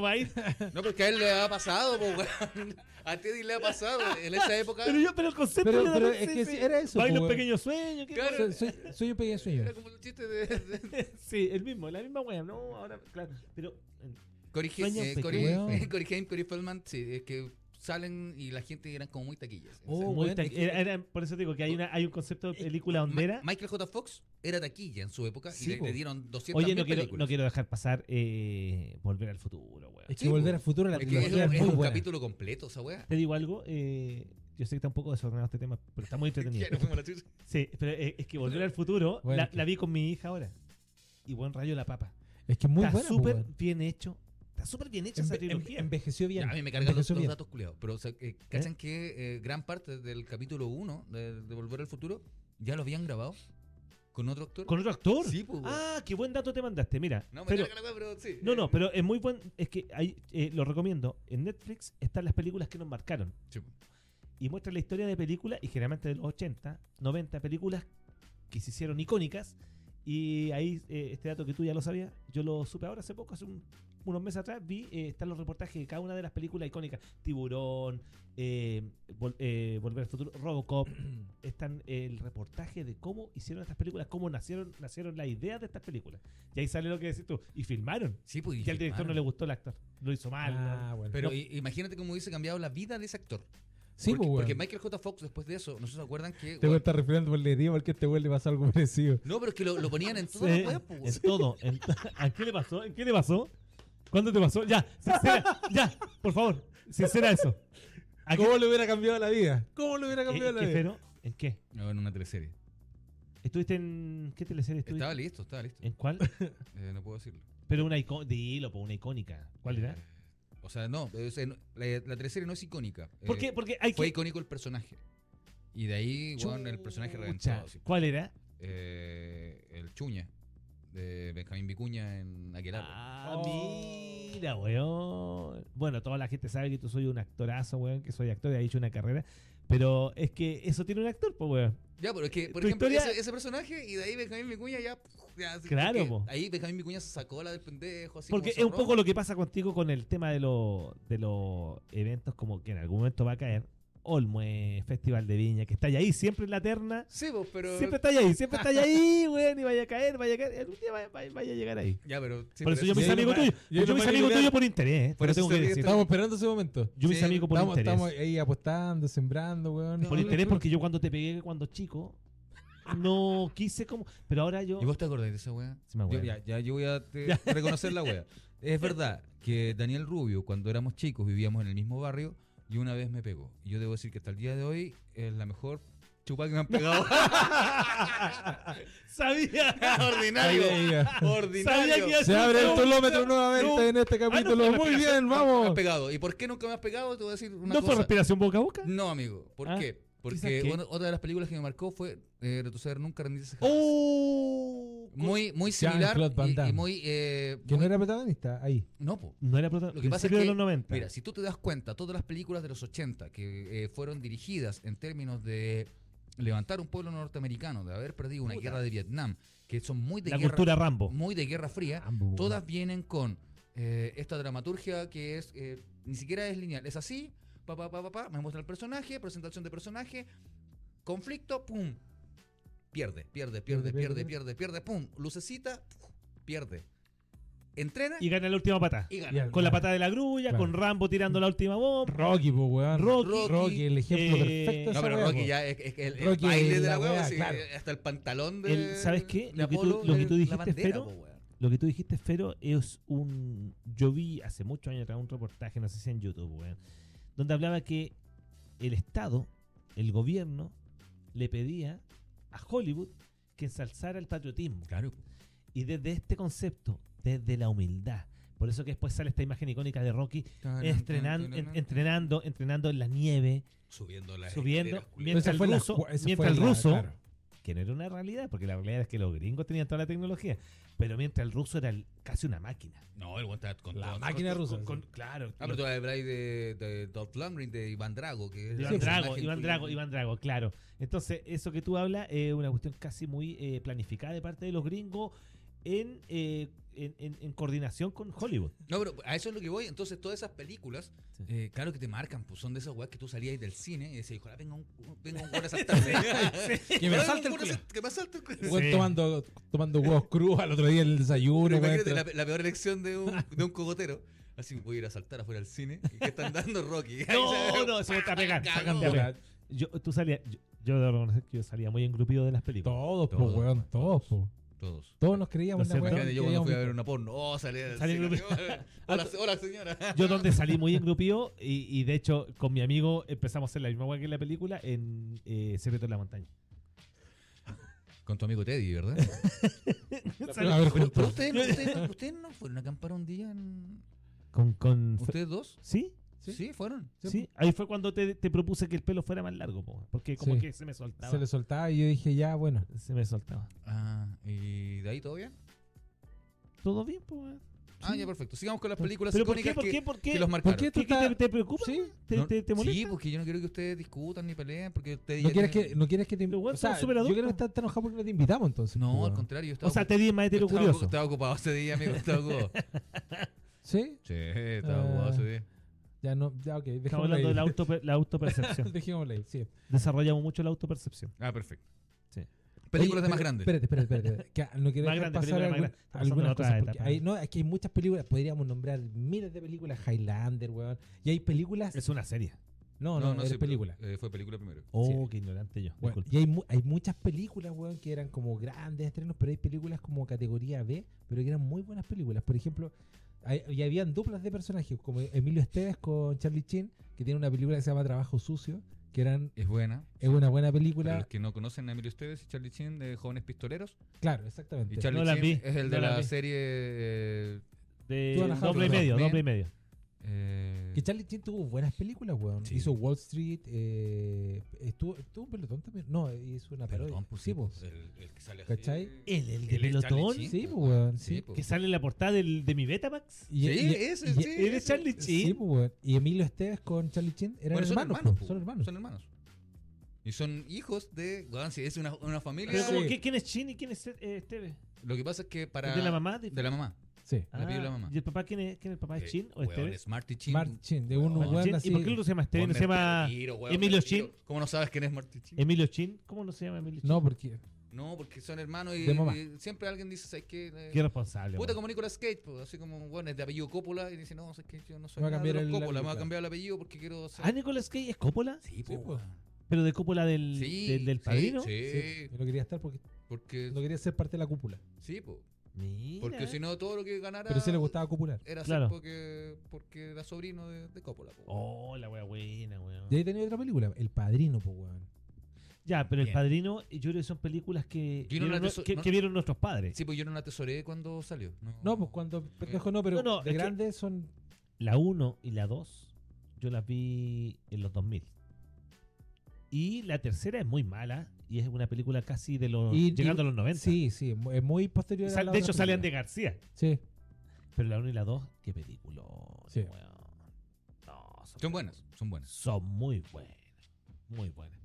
S3: baile.
S1: No, porque a él le ha pasado, po, weón. A Teddy le ha pasado. En esa época.
S3: Pero yo, pero el concepto
S2: Pero-
S3: era
S2: pero
S3: de-
S2: es que
S3: sí,
S2: sí,
S3: sí.
S2: era eso,
S3: Baila
S2: po, weón.
S3: un weón. pequeño sueño. ¿qué
S1: Claro.
S2: weón. Sue- sue- Sueño un pequeño sueño.
S1: Era como el chiste de. de-
S3: cosa? Sí, el mismo, la misma wea. No, ahora, claro. Pero eh,
S1: Corey Haim,
S3: Sueño
S1: eh,
S3: pequeño.
S1: Corey,
S2: Weón.
S1: Corey Haim, Corey Feldman, sí, es que salen y la gente eran como muy taquillas. en
S2: Oh,
S1: esa época.
S3: muy
S2: weón,
S3: ta-
S2: es que-
S3: era- era- por eso digo que hay, una, hay un concepto de película
S1: Ma-
S3: hondera.
S1: Michael J. Fox era taquilla en su época
S2: Sí,
S1: y le,
S2: po.
S1: le dieron 200
S3: Oye, no quiero,
S1: películas.
S3: no quiero dejar pasar eh, Volver al futuro, weón.
S2: Es que
S1: Sí,
S2: Volver
S1: po.
S2: al Futuro la
S1: Es que es,
S2: trilogía es
S1: un- es
S2: muy
S1: un
S2: buena.
S1: capítulo completo esa weá.
S3: Te digo algo, eh, yo sé que está un poco desordenado este tema, pero está muy entretenido.
S1: Ya nos fuimos a la chucha.
S3: Sí, pero eh, es que Volver al futuro
S2: Bueno,
S3: la,
S2: que-
S3: la vi con mi hija ahora. Y buen rayo la papa.
S2: Es que es muy
S3: está
S2: buena. po,
S3: súper
S2: weón. em-
S3: bien hecho. Está súper bien hecha esa
S2: Enve- en-
S3: trilogía.
S2: envejeció bien.
S1: Ya, a mí me cargan los,
S2: envejeció
S1: los
S2: bien.
S1: datos culiados. Pero, o sea,
S3: ¿Eh?
S1: que- ¿cachan que eh, gran parte del capítulo 1 de, de Volver al Futuro ya lo habían grabado con otro actor?
S3: ¿Con otro actor?
S1: Sí, pues. weón.
S3: ah, qué buen dato te mandaste, mira.
S1: no, me
S3: pero-
S1: carga la weá, pero sí.
S3: no, no,
S1: eh,
S3: pero es muy buen. Es que hay, eh, lo recomiendo. En Netflix están las películas que nos marcaron.
S1: sí, po.
S3: Y muestra la historia de películas, y generalmente de los 80, 90, películas que se hicieron icónicas Y ahí, eh, este dato que tú ya lo sabías, yo lo supe ahora hace poco, hace un- unos meses atrás, vi, eh, están los reportajes de cada una de las películas icónicas. Tiburón, eh, Vol- eh, Volver al Futuro, Robocop. están el reportaje de cómo hicieron estas películas, cómo nacieron, nacieron las ideas de estas películas. Y ahí sale lo que decís tú. Y filmaron.
S1: Sí, pues,
S3: Y al director no
S1: filmaron.
S3: le gustó el actor. Lo hizo mal.
S2: Ah,
S3: ¿no?
S2: bueno.
S1: Pero i- imagínate cómo hubiese cambiado la vida de ese actor.
S2: sí,
S1: porque,
S2: pues, weón.
S1: porque Michael J. Fox, después de eso, no sé si se acuerdan que.
S2: Te voy a
S1: weón,
S2: estar refiriendo por leería porque a este güey le pasó algo parecido.
S1: no, pero es que lo, lo ponían en todo
S3: Sí,
S1: el cuerpo.
S3: en todo. en- ¿A qué le pasó? ¿En qué le pasó? ¿Cuándo te pasó? Ya, sincera, ya, por favor, sincera eso. ¿A qué-
S2: ¿Cómo le hubiera cambiado la vida? ¿Cómo le hubiera
S3: eh,
S2: cambiado la
S3: qué
S2: vida?
S3: pero? ¿En qué?
S1: No, en una teleserie.
S3: ¿Estuviste en qué teleserie estuviste?
S1: Estaba listo, estaba listo.
S3: ¿En cuál?
S1: Eh, no puedo decirlo. Eh,
S3: Pero una icónica, dilo, po, una icónica. ¿Cuál era?
S1: O sea, no, o sea, no, la, la teleserie no es icónica. Eh,
S3: ¿Por qué? Porque hay
S1: Fue
S3: que
S1: icónico el personaje. Y de ahí, weón, el personaje
S3: Chucha,
S1: reventado. así.
S3: ¿Cuál era?
S1: Eh, el Chuña, de Benjamín Vicuña en Aquelarre.
S3: Ah,
S2: Oh.
S3: mira, weón. Bueno, toda la gente sabe que tú soy un actorazo, weón, que soy actor y he hecho una carrera. Pero es que eso tiene un actor, pues, weón.
S1: Ya, pero es que, por
S3: Tu
S1: ejemplo,
S3: historia-
S1: ese, ese personaje y de ahí Benjamín Vicuña ya. ya, así
S3: Claro,
S1: que
S3: po.
S1: Ahí Benjamín Vicuña se sacó la del pendejo. Así
S3: Porque
S1: como
S3: es un
S1: zorrón.
S3: poco lo que pasa contigo con el tema de los de los eventos como que en algún momento va a caer. Olmue, Festival de Viña, que está ahí siempre en la terna.
S1: Sí, pues, pero.
S3: Siempre está ahí, siempre está ahí, weón, y vaya a caer, vaya a caer, algún día vaya, vaya- vaya a llegar ahí.
S1: Ya, pero. sí,
S3: por eso yo
S2: sí.
S3: me hice
S2: Y ahí
S3: amigo
S2: nomás-
S3: tuyo.
S2: y ahí
S3: Yo me hice
S2: nomás
S3: amigo
S2: llegar-
S3: tuyo por interés, eh,
S1: Por
S3: te lo
S1: eso
S3: tengo
S1: se
S3: que
S1: ríe
S3: decir.
S1: este-
S2: Estamos esperando ese momento.
S3: Yo me
S1: Sí,
S3: hice amigo por
S2: Estamos,
S3: interés.
S2: estamos ahí apostando, sembrando, weón.
S1: No,
S3: Por interés, porque yo cuando te pegué cuando chico, no quise como. Pero ahora yo.
S1: ¿Y vos te acordás de esa wea?
S3: Sí me
S1: Yo,
S3: acuerdo.
S1: ya, ya, yo voy a te-
S3: Ya.
S1: reconocer la wea. Es verdad que Daniel Rubio, cuando éramos chicos, vivíamos en el mismo barrio y una vez me pegó. Y yo debo decir que hasta el día de hoy es la mejor chupa que me han pegado.
S3: Sabía.
S2: Ahí, ahí, ahí.
S3: Sabía que iba a
S2: Se abre el
S3: No,
S2: tulómetro nuevamente
S3: no.
S2: en este capítulo.
S3: Ay, no,
S2: Muy
S3: no,
S2: bien,
S1: Me has
S2: vamos.
S1: pegado. ¿Y por qué nunca me has pegado? Te voy a decir una
S3: ¿No fue
S1: cosa.
S3: respiración boca a boca?
S1: No, amigo. ¿Por
S3: Ah,
S1: qué?
S3: quizás
S1: Porque
S3: que-
S1: una- otra de las películas que me marcó fue eh, Retroceder Nunca Rendirse Jamás.
S3: ¡Oh!
S1: Muy, muy similar
S2: Jean-Claude Van
S1: y- y,
S2: Damme.
S1: muy... eh,
S2: Que no
S1: muy-
S2: era protagonista, ahí.
S1: no, po.
S3: No era protagonista.
S1: Lo que pasa es
S3: de
S1: que-
S3: los 90.
S1: Mira, si tú te das cuenta, todas las películas de los 80 que eh, fueron dirigidas en términos de levantar un pueblo norteamericano, de haber perdido una
S3: Puta.
S1: guerra de Vietnam, que son muy de,
S3: la
S1: guerra,
S3: cultura Ah, Rambo.
S1: muy de guerra fría,
S3: Rambo, weón.
S1: todas vienen con eh, esta dramaturgia que es eh, ni siquiera es lineal, es así, pa, pa, pa, pa, pa, me muestra el personaje, presentación de personaje, conflicto, pum, pierde, pierde, pierde,
S2: Pierde,
S1: pierde,
S2: pierde,
S1: pierde, pierde, pum, lucecita, puf, pierde. Entrena
S3: Y gana la última patada.
S1: y
S2: y
S1: gana.
S2: al-
S3: Con la patada de la grulla,
S2: Claro.
S3: con Rambo tirando la última bomba.
S2: Rocky, po, weón.
S3: Rocky.
S2: Rocky, el ejemplo
S3: eh,
S2: perfecto. de
S1: No,
S2: esa
S1: pero
S2: weá,
S1: Rocky
S2: po.
S1: ya es, es que el, el
S2: Rocky
S1: baile
S2: es
S1: de la
S2: la
S1: wea,
S2: wea,
S1: sí,
S2: claro.
S1: hasta el pantalón de.
S3: El- ¿sabes qué?
S1: de
S3: Lo que tú-
S1: Apolo,
S3: lo que
S1: de
S3: tú
S1: la
S3: dijiste,
S1: bandera,
S3: Fero,
S1: po, wea.
S3: Lo que tú dijiste, Fero, es un. Yo vi hace muchos años atrás un reportaje, no sé si en YouTube, weón, donde hablaba que el Estado, el gobierno, le pedía a Hollywood que ensalzara el patriotismo.
S1: Claro.
S3: Y desde este concepto, desde la humildad. Por eso que después sale esta imagen icónica de Rocky
S2: Ah,
S3: estrenan- en- entrenando, entrenando en la nieve,
S1: Subiendo la
S3: subiendo,
S2: Pero
S3: mientras
S2: esa
S3: el
S2: fue la-
S3: ruso,
S2: esa
S3: mientras el
S2: fue la-
S3: ruso
S2: claro.
S3: que no era una realidad, porque la realidad es que los gringos tenían toda la tecnología, pero mientras el ruso era el- casi una máquina.
S1: No, el guante con
S2: La
S1: todo-
S2: máquina
S1: con-
S2: rusa.
S1: con-
S3: Con- claro.
S1: Ah, pero tú habláis de, de Dolph Lundgren, de Iván Drago, que es
S3: Iván
S1: la
S3: Drago,
S1: imagen
S3: Iván
S1: que-
S3: Drago, Iván Drago, claro. Entonces, eso que tú hablas es una cuestión casi muy eh, planificada de parte de los gringos en, eh, en, en- en coordinación con Hollywood.
S1: No, pero a eso es lo que voy. Entonces, todas esas películas,
S3: Sí.
S1: eh, claro que te marcan, pues son de esas weas que tú salías del cine y decías, ojalá venga un, venga un weón a saltarme.
S2: Que me
S1: Ojalá venga un weón
S2: salte el
S1: a
S2: culo.
S1: salt- Que me salte el culo.
S2: Weón, tomando, tomando huevos crudos al otro día en el desayuno.
S1: Pero
S2: weón,
S1: imagínate
S2: todo.
S1: la, la peor elección de un, de un cogotero. Así voy a ir a saltar afuera del cine. ¿Y qué están dando Rocky?
S3: No, no, se está a pegar.
S1: ¡Ah, Cagó.
S3: sacan de a pegar. Yo, tú salías, yo, yo debo reconocer que yo salía muy engrupido de las películas.
S2: Todos, po,
S1: Todos,
S2: weón,
S1: weón,
S2: todos, po.
S1: Todos.
S2: Todos nos creíamos
S3: Lo
S2: la weá.
S3: cierto.
S1: Imagínate yo cuando fui a ver
S2: creíamos-
S1: una porno. Oh, salí del
S3: Salí
S1: cine.
S3: en grupo.
S1: hola, hola, señora.
S3: Yo donde salí muy engrupido y, y de hecho con mi amigo empezamos a hacer la misma hueá que en la película en eh, Secreto en la Montaña.
S1: Con tu amigo Teddy, ¿verdad?
S2: A ver,
S1: Pero, pero
S2: juntos.
S1: ustedes, no- ustedes no- ustedes no fueron a acampar un día en...
S3: Con, con
S1: ¿Ustedes dos?
S3: ¿Sí?
S1: Sí,
S2: Sí.
S1: fueron.
S3: Sí,
S2: Sí,
S3: ahí fue cuando te, te propuse que el pelo fuera más largo, po, porque como
S2: Sí.
S3: que se me soltaba.
S2: Se le soltaba y yo dije, ya, bueno.
S3: Se me soltaba.
S1: Ah, ¿y de ahí todo bien?
S3: Todo bien, po, weón.
S1: Ah, ya, perfecto. Sigamos con las películas
S3: ¿Pero por qué?
S1: icónicas
S3: ¿Por
S1: que,
S3: qué? ¿Por qué?
S1: que los marcaron.
S2: ¿Por qué tú
S3: ¿Qué- qué te,
S2: estás-
S3: te preocupa?
S2: ¿Sí?
S3: ¿Te,
S1: No,
S3: te-
S1: Sí,
S3: te molesta?
S1: porque yo no quiero que ustedes discutan ni peleen, porque ustedes
S2: No
S1: ya
S2: quieres
S1: tienen-
S2: que, no quieres que te
S3: Pero, weón,
S2: o sea,
S3: son súper
S2: Yo
S3: adultos.
S2: creo que estás enojado porque no te invitamos entonces.
S1: No,
S2: pues, weón.
S1: al contrario, yo estaba
S3: o sea, te di más
S1: yo
S3: hetero
S1: estaba,
S3: curioso.
S1: estaba ocupado ese día, amigo, estaba ocupado.
S2: ¿Sí?
S1: Sí, estaba ocupado ese día.
S2: Ya no, ya ok,
S3: Estamos
S2: dejémoslo
S3: hablando de la,
S2: ahí.
S3: auto, la autopercepción.
S2: Dejémoslo ahí, sí.
S3: Desarrollamos mucho la autopercepción.
S1: Ah, perfecto.
S3: Sí.
S1: Películas de
S2: Oye,
S1: más
S2: pero-
S1: grandes.
S2: Espérate, espérate, espérate. que no quiero
S3: Más
S2: dejar
S3: grande,
S2: pasar
S3: película más
S2: algún-
S3: grande. Está pasando
S2: algunas
S3: la otra
S2: cosas. porque
S3: etapa.
S2: hay, no, es que hay muchas películas. Podríamos nombrar miles de películas. Highlander, weón. Y hay películas.
S3: Es una serie.
S2: No, no, no, es
S1: sí,
S2: película.
S1: pero, eh, fue película primero.
S3: Oh, qué ignorante yo.
S2: Bueno,
S3: Disculpa.
S2: y hay, mu- hay muchas películas, weón, que eran como grandes estrenos, pero hay películas como categoría B, pero que eran muy buenas películas. Por ejemplo, hay- y habían duplas de personajes, como Emilio Esteves con Charlie Chin, que tiene una película que se llama Trabajo Sucio, que eran,
S1: Es buena.
S2: es una buena
S1: Para
S2: película.
S1: los que no conocen a Emilio Esteves y Charlie Chin de Jóvenes Pistoleros.
S2: Claro,
S1: Y
S2: exactamente.
S1: Charlie
S3: No la
S1: Chin
S3: vi,
S1: es el de
S3: no la
S1: la,
S3: vi.
S1: serie. eh,
S3: De
S2: Tú, Ana Jauregui.
S3: doble y medio, doble y medio.
S1: eh,
S2: Que Charlie Chin tuvo buenas películas, weón.
S1: Sí.
S2: Hizo Wall Street, eh, estuvo, estuvo un pelotón también. No, hizo una
S1: Perdón,
S2: parodia.
S1: pues,
S2: sí,
S1: pues,
S2: pues.
S1: El, el que sale así.
S2: ¿Cachai?
S3: Él, el
S1: Él
S3: de
S1: es Charlie
S3: pelotón.
S1: Sheen,
S2: Sí,
S1: pues,
S2: pues, weón,
S1: sí,
S2: sí.
S1: pues.
S3: Que sale en la portada del, de mi Betamax.
S2: Y-
S1: Sí,
S2: y-
S1: ese,
S2: y- e,
S1: sí.
S3: Él es
S1: ese.
S3: Charlie
S2: Sí,
S3: Sheen.
S2: pues, weón. Y Emilio Esteves con Charlie Chin eran
S1: Bueno, son
S2: hermanos,
S1: hermanos,
S2: pues,
S1: po,
S2: son hermanos.
S1: Son hermanos. Y son hijos de. weón, sí, es una, una familia.
S3: Pero como,
S2: Sí.
S3: ¿qué- ¿Quién es Chin y quién es eh, Esteve?
S1: Lo que pasa es que para.
S3: ¿Es de la mamá? De,
S1: De la mamá.
S2: Sí.
S1: la pidió la mamá.
S3: ¿Y el papá quién es? ¿Quién es el papá? ¿Es
S1: Eh,
S3: Chin o
S1: weón,
S3: Esteve?
S1: es Marty Chin.
S2: Martin Chin, de un
S1: Weón,
S2: weón
S3: Chin,
S2: así.
S3: ¿Y por qué no se llama Esteve?
S1: Weón,
S3: No se
S1: me
S3: llama
S1: tiro, weón,
S3: Emilio
S1: me tiro.
S3: Chin. Em-
S1: ¿Cómo no sabes quién es Marty Chin?
S3: Emilio Chin. ¿Cómo no se llama Emilio Chin?
S2: No, porque.
S1: No, porque son hermanos y,
S2: De mamá.
S1: y siempre alguien dice, ¿sabes qué? Eh,
S3: Qué responsable.
S1: Puta
S3: weón.
S1: como Nicolas Cage, pues, así como, bueno, es de apellido Coppola y dice, no, es que yo no soy
S2: Va a
S1: nada de
S2: cambiar
S1: los
S2: el- la
S1: Coppola, me voy a
S2: película.
S1: cambiar el apellido porque quiero ser...
S3: ¿Ah, Nicolas Cage es Coppola?
S1: Sí,
S2: Sí, po.
S1: pues,
S3: ¿Pero de Coppola del,
S1: sí,
S3: del, del
S1: sí,
S3: padrino?
S1: Sí,
S2: Sí, yo no quería estar porque
S1: porque,
S2: no quería ser parte de la cúpula.
S1: sí, po,
S3: Mira.
S1: porque si no todo lo que ganara
S2: Pero sí le gustaba copular.
S1: era ser
S3: Claro.
S1: porque, porque era sobrino de, de Coppola. po.
S3: Oh, la wea buena, weón.
S2: Y ahí tenía otra película, El Padrino, pues, weón.
S3: Ya, pero El
S1: Bien.
S3: Padrino, yo creo que son películas que,
S1: Yo no
S3: vieron,
S1: la
S3: no-
S1: teso-
S3: que,
S1: no-
S3: que vieron nuestros padres.
S1: Sí, pues yo no la atesoré cuando salió. No,
S2: No, pues cuando pendejo no, pero
S3: No, no,
S2: de
S3: es que-
S2: grande son.
S3: La 1 y la 2, yo las vi en los 2000. Y la tercera es muy mala y es una película casi de los
S2: Y-
S3: llegando
S2: y-
S3: a los 90.
S2: Sí, sí, es mu- es muy
S3: Y
S2: posterior. a
S3: sal-
S2: la
S3: de
S2: otra
S3: hecho, salen de
S2: película.
S3: García.
S2: Sí,
S3: Pero la 1 y la 2, qué película.
S2: Sí.
S3: No, son,
S1: Son buenas, son buenas.
S3: Son muy buenas. Muy buenas.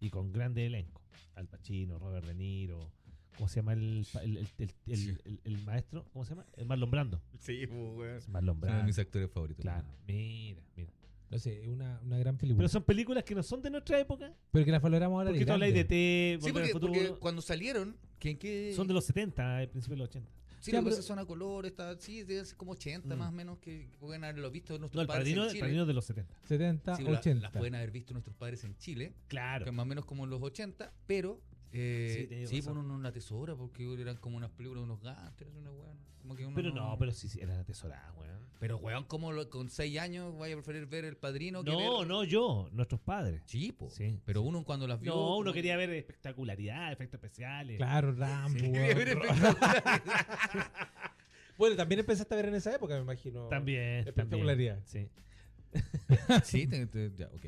S3: Y con grande elenco. Al Pacino, Robert De Niro. ¿Cómo se llama el, pa- el, el- el- el-
S1: Sí.
S3: el- el maestro? ¿Cómo se llama? El Marlon Brando.
S1: Sí, pues, weón.
S3: Es Marlon
S1: Son de
S3: Brando.
S1: mis actores favoritos.
S3: Ah. Claro. Mira, mira.
S2: no sé, es una, una gran película.
S3: Pero
S2: Pero,
S3: son películas que no son de nuestra época.
S2: que las valoramos ahora
S3: Porque tú hablas de
S2: grande.
S3: T,
S1: Sí,
S3: Volver al
S1: porque, porque
S3: Futuro.
S1: cuando salieron, que en qué...
S3: Son de los 70, al principio de los 80.
S1: Sí,
S2: Ya,
S1: lo que
S2: pero-
S1: pasa son a color, está, sí, debe ser como 80
S3: Mm.
S1: más o menos que pueden haberlo visto nuestros
S3: No, el
S1: padres
S3: padrino,
S1: en
S3: el
S1: Chile.
S3: padrino es de los 70.
S2: 70,
S1: Sí, la-
S2: 80.
S1: las pueden haber visto nuestros padres en Chile, que
S3: Claro.
S1: más o menos como en los 80, pero
S3: Sí,
S1: eh,
S3: tenés
S1: sí,
S3: razón.
S1: ponen una tesora porque eran como unas películas de unos gánsteres, una weón. Como que uno
S3: Pero no, pero sí, sí, eran atesoradas, weón.
S1: Pero weón, como lo- con 6 años vaya a preferir ver el padrino que
S3: No,
S1: ver-
S3: no yo, nuestros padres.
S1: Sí, po.
S3: Sí,
S1: pero uno cuando las vio.
S3: No, uno
S1: como-
S3: quería ver espectacularidad, efectos especiales.
S2: Claro, Rambo.
S1: Sí,
S2: weón.
S1: ver espectaculares.
S2: Bueno, también empezaste a ver en esa época, me imagino.
S3: También.
S2: Espectacularidad.
S3: también, Sí.
S1: sí, te- te- ya, ok.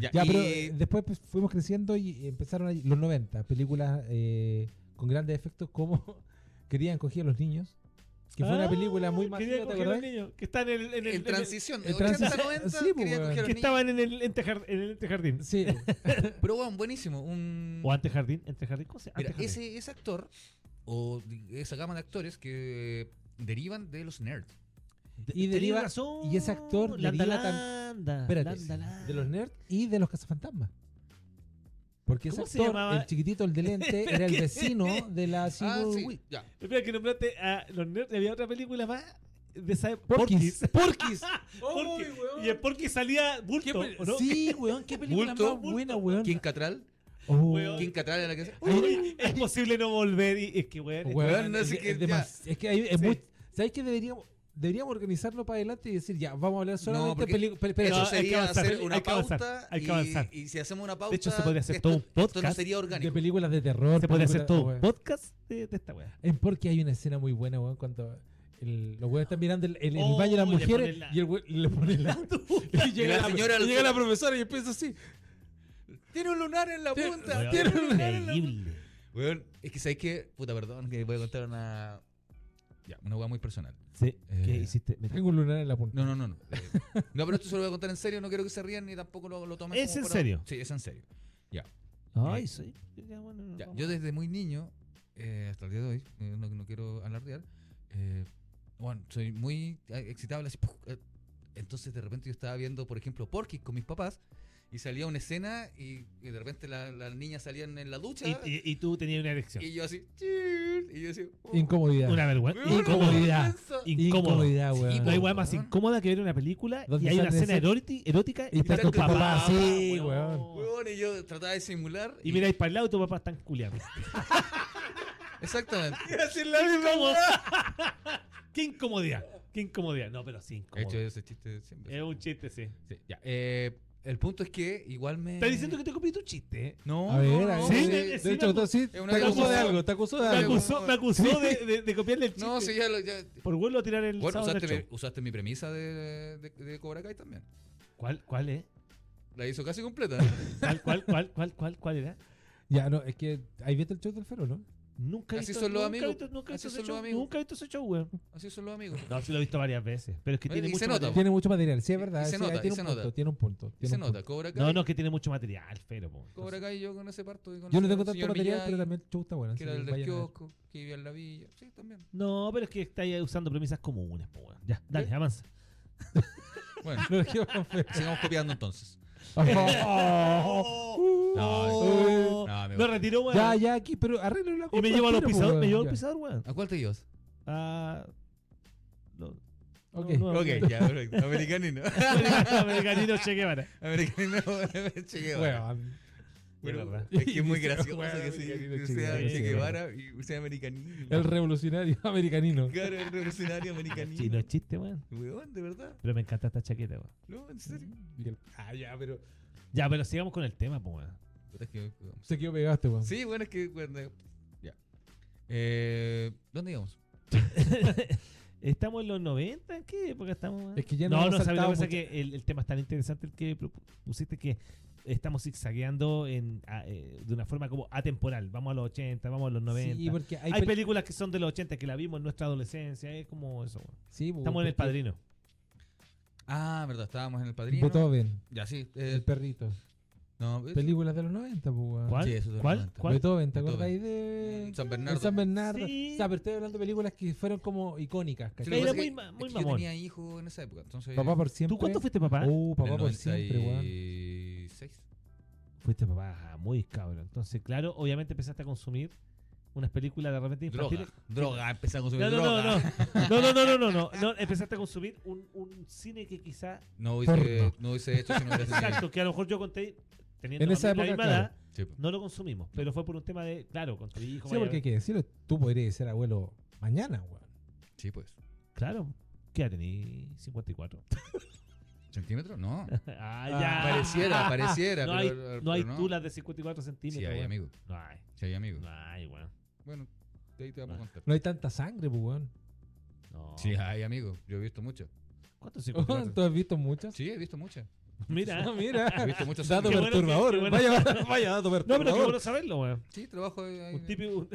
S1: Ya,
S2: Ya,
S1: y-
S2: pero eh, después pues, fuimos creciendo y empezaron ahí los 90, películas eh, con grandes efectos como Querían coger a los niños, que fue una
S3: Ah,
S2: película muy masiva,
S3: Quería
S2: ¿te
S3: coger a los
S2: acordás?
S3: niños que están en el. En el-
S1: en
S3: en el-
S1: transición, de
S2: el transi-
S1: 80 a 90,
S2: sí,
S1: quería
S2: po, weón.
S1: coger a los
S3: que
S1: niños.
S3: estaban en el entrejar- en el entrejardín.
S2: Sí,
S1: Pero weón, buenísimo. Un...
S3: O antejardín, entrejardín, ¿cómo se llama?
S1: Mira,
S3: Antejardín.
S1: ese, ese actor o di- esa gama de actores que derivan de los nerds.
S2: y
S3: Tenía
S2: deriva-
S3: razón,
S2: y ese actor
S3: Landa,
S2: deriva tan-
S3: Landa,
S2: espérate,
S3: Landa, Landa.
S2: de los nerds y de los cazafantasmas. Porque ese
S3: ¿Cómo se
S2: actor,
S3: llamaba?
S2: el chiquitito, el de lente, era el vecino de la
S1: Ah,
S2: Sigourney
S1: sí,
S2: Weaver.
S1: ya.
S3: Espera, que nombraste a los nerds. Había otra película más de esa época.
S2: Porquis. Porquis.
S3: Porky. Y el Porky salía bulto, ¿o no?
S2: Sí, weón, qué película
S1: Bulto,
S2: más buena, weón.
S1: ¿Quién Catral?
S2: Oh.
S3: Weón.
S1: ¿Quién Catral era la que
S2: Ay,
S3: Ay, es posible no volver y es que weón, es-
S2: Weón,
S1: no
S2: es,
S1: sé
S2: es
S1: qué-
S2: demas- es que hay, es
S3: Sí.
S2: muy- ¿Sabes qué deberíamos? Deberíamos organizarlo para adelante y decir, ya, vamos a hablar solamente de
S1: porque
S2: películas.
S1: Eso
S3: No, hay que
S1: sería
S3: avanzar,
S1: hacer una
S3: hay que avanzar,
S1: pauta.
S3: hay que
S1: y-
S3: avanzar.
S1: Y, si hacemos una pauta.
S3: hecho, se podría hacer
S1: esto-
S3: todo un
S1: Esto no
S3: podcast
S1: sería
S2: de
S1: orgánico.
S2: películas de terror.
S3: se podría hacer
S2: películas-
S3: todo
S2: weón.
S3: un podcast de, de esta weá.
S2: En Porque hay una escena muy buena, weón, cuando el- los weones están mirando el, el, el
S3: Oh,
S2: baño de las
S3: le
S2: mujeres
S3: ponen la-
S2: y el weón le pone la. y llega,
S1: Y la
S2: la,
S1: señora-
S2: y llega la profesora y empieza así.
S1: Tiene un lunar en la
S2: Tiene-
S1: punta.
S2: tiene un lunar en la-
S3: Increíble.
S1: Weón, es que sabes que. Puta, perdón, que voy a contar una. Ya, una hueá muy personal.
S3: Sí. ¿Qué
S1: Eh,
S3: hiciste? Me-
S2: Tengo un lunar en la punta.
S1: No, no, no, no. Eh, No, pero esto se lo voy a contar en serio, no quiero que se rían ni tampoco lo, lo tomen
S3: ¿Es
S1: como
S3: en
S1: para-
S3: serio?
S1: Sí, es en serio.
S3: Ay, sí. Ya, bueno, no,
S1: Ya,
S3: vamos.
S1: yo desde muy niño, eh, hasta el día de hoy, eh, no, no quiero alardear, eh, bueno, soy muy eh, excitable. Así, ¡puf! eh, entonces de repente yo estaba viendo, por ejemplo, Porky con mis papás y salía una escena y, y de repente la- las niñas salían en la ducha
S3: y,
S1: y,
S3: y- y tú tenías una erección.
S1: yo así, "Chin", y yo así, "Oh,
S2: Incomodidad.
S3: Una vergüenza.
S1: weón,
S3: Incómodo.
S2: incomodidad.
S1: vergüenza".
S3: Incómodo.
S2: Incomodidad,
S1: Sí, pues.
S2: weón.
S3: No hay weá más
S1: Weón.
S3: incómoda que ver una película
S2: Donde
S3: y hay una
S2: salen
S3: escena
S2: ese-
S3: eróti- erótica
S2: Y está
S1: Están
S2: tu
S1: tus papás,
S2: papá, sí, weón.
S1: Weón, y yo trataba de simular.
S3: Y miráis para el lado y tu papá está culiado.
S1: Exactamente.
S3: ¡Qué incomodidad! ¡Qué incomodidad! No, pero sí,
S1: He hecho
S3: incómodo.
S1: ese chiste siempre.
S3: Es un chiste, sí.
S1: Sí, ya. Eh, el punto es que igual me.
S3: Estás diciendo que te copié tu chiste. eh?
S1: No,
S2: A ver,
S1: no,
S2: a
S1: no,
S2: ver. de-
S3: Sí, me- sí
S2: de
S3: me
S2: hecho,
S3: acu-
S2: sí, te
S1: pues. es una
S2: acusó de
S1: cosa-
S2: algo, te acusó de
S3: Me
S2: algo.
S3: acusó, me acusó de, de, de copiarle el chiste.
S1: No, sí, ya lo. ya-
S3: Por vuelvo a tirar el
S1: Bueno,
S3: sábado en el
S1: usaste mi,
S3: show.
S1: usaste mi premisa de, de, de Cobra Kai también.
S3: ¿Cuál, cuál, eh?
S1: La hizo casi completa.
S3: ¿Cuál, cuál, cuál, cuál, cuál, cuál era?
S2: Ya, no, es que ahí viste el show del Fero, ¿no?
S3: Nunca he
S1: Así
S3: visto,
S1: son los
S3: nunca he
S1: amigos.
S3: visto- nunca he
S1: Así
S3: visto
S1: son
S3: ese
S1: los
S3: show.
S1: amigos.
S3: Nunca he visto ese show, weón.
S1: Así son los amigos.
S3: No, sí lo he visto varias veces. Pero es que
S1: No,
S3: tiene
S1: y
S3: mucho
S1: se nota,
S3: material.
S2: Tiene mucho material, sí, es
S1: Y-
S2: verdad.
S1: y se
S2: sí, ahí
S1: nota, y
S2: tiene
S1: se
S2: un
S1: nota.
S2: punto, tiene un punto.
S1: Y
S2: tiene
S1: se
S2: un
S1: nota,
S2: punto.
S1: Cobra Kai.
S3: No, no, es que tiene mucho material, pero. po.
S1: Cobra Kai, yo con ese parto. y con
S2: Yo no
S1: el
S2: tengo tanto
S1: señor
S2: material, pero
S1: Miyagi,
S2: también el show está bueno.
S1: Que era
S2: así
S1: el
S2: que
S1: del
S2: vayan a ver.
S1: kiosco, que vivía en la villa. Sí, también.
S3: No, pero es que está ahí usando premisas comunes, po, weón. Ya, dale,
S1: ¿Eh?
S3: avanza.
S1: Bueno,
S2: Lo dejé con Fero.
S1: sigamos copiando entonces.
S2: Oh.
S1: Oh.
S2: eh.
S3: No,
S1: no, me
S3: lo
S1: gusta.
S3: retiró, weón.
S2: Ya, ya, aquí, pero arreglo la
S3: Y
S2: cosa
S3: me llevo a los
S2: entera,
S3: pisadores,
S2: pues,
S3: me llevo al
S2: ya.
S3: pisador, weón.
S1: ¿A cuál te llevas?
S3: Ah, no,
S2: Ok.
S3: No, no,
S1: Ok, ya, perfecto. Americanino.
S3: Americanino Che Guevara.
S1: Americanino, chequeo.
S2: Bueno,
S3: Es
S1: Bueno,
S3: verdad.
S1: es que es muy
S2: Y sea
S1: gracioso
S2: bueno,
S1: que, sí,
S2: americanino,
S1: que
S2: Che
S1: sea
S2: Guevara,
S1: Che
S3: sí,
S1: Guevara y sea americanino.
S2: el revolucionario americanino.
S1: Claro, el revolucionario americanino.
S3: Chino es chiste, weón.
S1: Weón, de verdad.
S3: Pero me encanta esta chaqueta, weón.
S1: No, en serio.
S2: Y el- Ah, ya, pero
S3: Ya, pero sigamos con el tema, po, weón.
S1: Puta, es que-
S2: se quedó pegado este, weón.
S1: Sí, bueno, es que. bueno, ya. Eh, ¿Dónde íbamos?
S3: ¿Estamos en los 90? ¿En qué época estamos? weón?
S2: Es que ya nos
S3: no,
S2: hemos
S3: no, sabes lo
S2: saltado
S3: que pasa
S2: mucho-
S3: que el, el tema es tan interesante el que propu- pusiste que estamos zigzagueando en, a- eh, de una forma como atemporal. Vamos a los 80, vamos a los 90.
S2: Sí, porque hay,
S3: hay
S2: pel-
S3: películas que son de los 80 que la vimos en nuestra adolescencia. Es como eso, weón.
S2: sí, pues, weón,
S3: Estamos en El
S2: porque
S3: Padrino.
S1: Ah, verdad, estábamos en el padrino.
S2: Beethoven,
S1: Ya, sí.
S2: el
S1: Eh,
S2: perrito.
S1: no, eh,
S2: Películas de los 90, pues, weón.
S3: ¿Cuál?
S1: Sí, eso es de los
S3: ¿Cuál?
S1: 90.
S3: ¿Cuál?
S2: Beethoven, ¿te
S1: Beethoven.
S2: acordáis de
S1: San
S2: de
S1: Bernardo.
S2: San Bernardo.
S3: Sí.
S2: O sea, pero estoy hablando de películas que fueron como icónicas,
S1: sí,
S2: ¿cachai?
S1: lo que
S3: Era
S1: pasa
S3: muy
S1: es que-
S3: ma-
S1: es
S3: muy
S1: que Yo
S3: mamón.
S1: tenía hijos en esa época, entonces.
S2: Papá por siempre.
S3: ¿Tú cuánto fuiste papá?
S2: Oh,
S1: en
S2: papá
S1: el
S2: por siempre, weón.
S1: 96.
S3: Fuiste papá muy cabrón. Entonces, claro, obviamente empezaste a consumir unas películas de repente
S1: Droga,
S3: infantiles.
S1: droga, empecé a consumir
S3: No, no, no,
S1: droga.
S3: no, no, no, no, no, no, no, no, empezaste a consumir un, un cine que quizá,
S1: No
S2: Porno.
S1: hubiese, no hubiese hecho si no hubiese tenido
S3: exacto, que a lo mejor yo conté, teniendo
S2: En esa
S3: la mi- la
S2: época,
S3: misma edad,
S2: claro.
S1: Sí, po.
S3: no lo consumimos, pero fue por un tema de, claro, con tu hijo.
S2: Sí,
S3: vaya-
S2: porque hay que decirlo, tú podrías ser abuelo mañana, weón.
S1: Sí, pues.
S3: Claro, ¿qué edad tení? 54.
S1: ¿Centímetros? No.
S3: ah,
S2: Ah,
S3: ya.
S1: Pareciera, pareciera.
S3: No hay,
S1: pero,
S3: no hay
S1: pero
S3: tulas de 54 centímetros.
S1: Sí, hay,
S3: weón.
S1: amigo.
S3: No hay,
S1: Sí, hay amigos.
S3: no hay, weón.
S1: Bueno, de ahí te vamos a contar.
S2: No hay tanta sangre, pues, weón.
S1: Ah.
S3: No.
S1: Sí, hay amigos. Yo he visto muchas.
S3: ¿Cuántos
S2: Oh,
S3: 54?
S2: ¿Tú has visto muchas?
S1: Sí, he visto muchas.
S3: Mira.
S2: Ah, mira.
S1: He visto muchas.
S2: Dato
S3: Qué bueno que-
S2: perturbador.
S3: qué bueno.
S2: Vaya, vaya dato
S3: No, pero qué
S2: perturbador.
S3: bueno saberlo, weón.
S1: Sí, trabajo ahí. ahí-
S3: Un típico. un-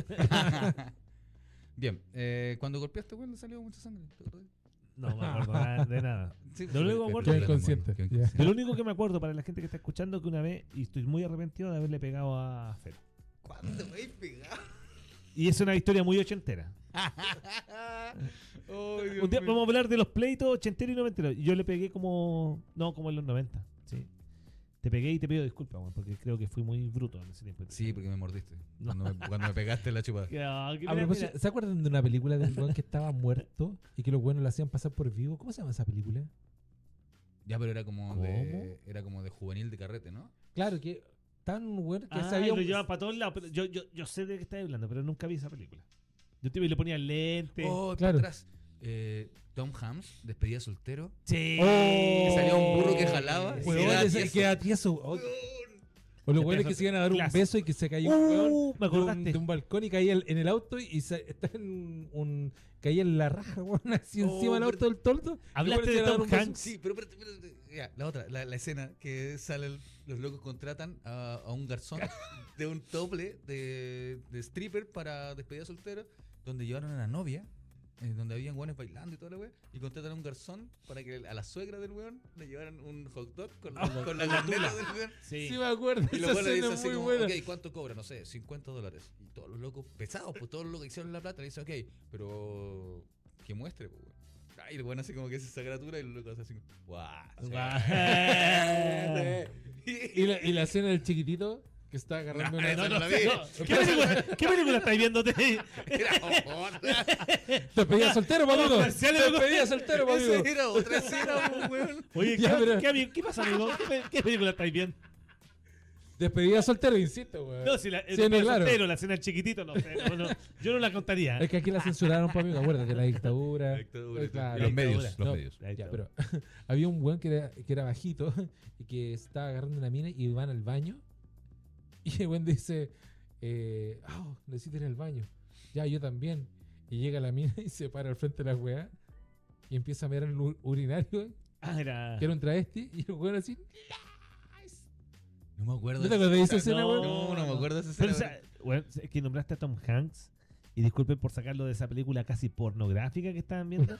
S1: Bien, eh, cuando golpeaste, güey, le salió mucha sangre. ¿te acordás?
S3: No me acuerdo nada- de nada.
S1: Sí,
S3: Lo único que me acuerdo-
S1: Qué
S2: Inconsciente,
S1: qué
S2: ya.
S3: De lo único que me acuerdo para la gente que está escuchando que una vez, y estoy muy arrepentido de haberle pegado a Fero.
S1: ¿Cuándo me he pegado?
S3: Y es una historia muy ochentera.
S1: Oh, Dios
S3: Un día
S1: mío.
S3: vamos a hablar de los pleitos ochentero y noventero. Yo le pegué como. No, como en los 90. Sí. Te pegué y te pido disculpas, weón, porque creo que fui muy bruto en ese tiempo.
S1: Sí, porque me mordiste.
S3: No.
S1: Cuando me, cuando me pegaste la chupada.
S3: Ah, que
S2: pues. A
S3: mira,
S2: propósito,
S3: mira.
S2: ¿se acuerdan de una película de un weón que estaba muerto y que los buenos lo hacían pasar por vivo? ¿Cómo se llama esa película?
S1: Ya, pero era como de. Era como de juvenil de carrete, ¿no?
S2: Claro, que tan weón que
S3: Ah,
S2: sabía.
S3: y lo llevan para todos lados. Pero yo, yo, yo sé de qué estás hablando, pero nunca vi esa película. Yo te vi, le ponía lente.
S1: Oh, claro.
S2: Claro.
S1: atrás. Eh, Tom Hams, despedida soltero.
S3: Sí.
S2: Oh.
S1: Que salía un burro que jalaba.
S3: Sí.
S1: Weón,
S2: Weón, ese
S1: tieso.
S2: que era tieso. Oh. O los weones que se iban a dar un
S3: Clase.
S2: beso y que se cayó un weón.
S3: Uh, me
S2: de un-
S3: acordaste.
S2: De un, balcón y caí el- en el auto y, y sa- está en un. caí en la raja, weón, así
S1: Oh,
S2: encima del auto del toldo.
S3: Hablaste
S2: Y
S3: de
S2: bueno,
S3: Tom
S2: te daban un
S3: Hanks.
S1: Sí, pero espérate, espérate. Ya, la otra, la, la escena que salen los locos contratan a, a un garzón de un doble de, de stripper para despedida soltera, donde llevaron a la novia eh, donde habían weones bailando y toda la wea, y contrataron a un garzón para que a la suegra del weón le llevaran un hot dog con la, Ah, con la carnela del weón.
S3: Sí.
S2: Sí, me acuerdo.
S1: Y
S2: esa
S1: los buenos
S2: escena
S1: dicen
S2: es
S1: así
S2: muy
S1: como,
S2: buena.
S1: ok, ¿cuánto cobra? No sé, 50 dólares. Y todos los locos, pesados, pues todos los locos que hicieron la plata, le dicen, ok, pero que muestre, pues, weón. Ay, el weón hace como que se sagratura y los locos hacen, guau. sí,
S3: Guau.
S1: sí".
S2: Y la, y la escena del chiquitito que está agarrando
S1: Nah,
S2: una. No,
S1: eso no la vi.
S3: ¿Qué película, ¿Qué película estáis viéndote?
S1: Era otra.
S2: Despedida soltero, papudo.
S3: comerciales, loco.
S2: Despedida soltero, papudo.
S1: Esa era otra escena, pues, weón.
S3: Oye, ¿qué,
S2: Ya, pero-
S3: qué, ami- qué pasa, amigo? ¿Qué, pe- qué película estáis viendo?
S2: Despedida soltero, insisto, weón.
S3: No, si la,
S2: Sí,
S3: el Pedro
S2: no, claro.
S3: Soltero, la escena del chiquitito, no sé. no, no, yo no la contaría.
S2: Es que aquí la censuraron, pa' amigo. Acuérdate, la dictadura.
S1: La dictadura,
S2: Eh, claro.
S1: y los medios,
S3: dictadura.
S1: los
S2: No,
S1: medios.
S3: La
S2: Ya,
S3: dictadura.
S2: pero había un weón que era, que era bajito y que estaba agarrando una mina y van al baño. Y el weón dice, eh, oh, necesito ir al baño. Ya, yo también. Y llega la mina y se para al frente de la weá y empieza a mirar el u- urinario,
S3: Ah, era.
S2: que era un travesti, y el weón así.
S1: No me acuerdo.
S2: ¿No te acordás de esa escena,
S3: No,
S2: weón?
S1: No, no me acuerdo de esa
S3: Pero,
S1: escena.
S3: o sea, bueno, es que nombraste a Tom Hanks. Y disculpen por sacarlo de esa película casi pornográfica que estaban viendo.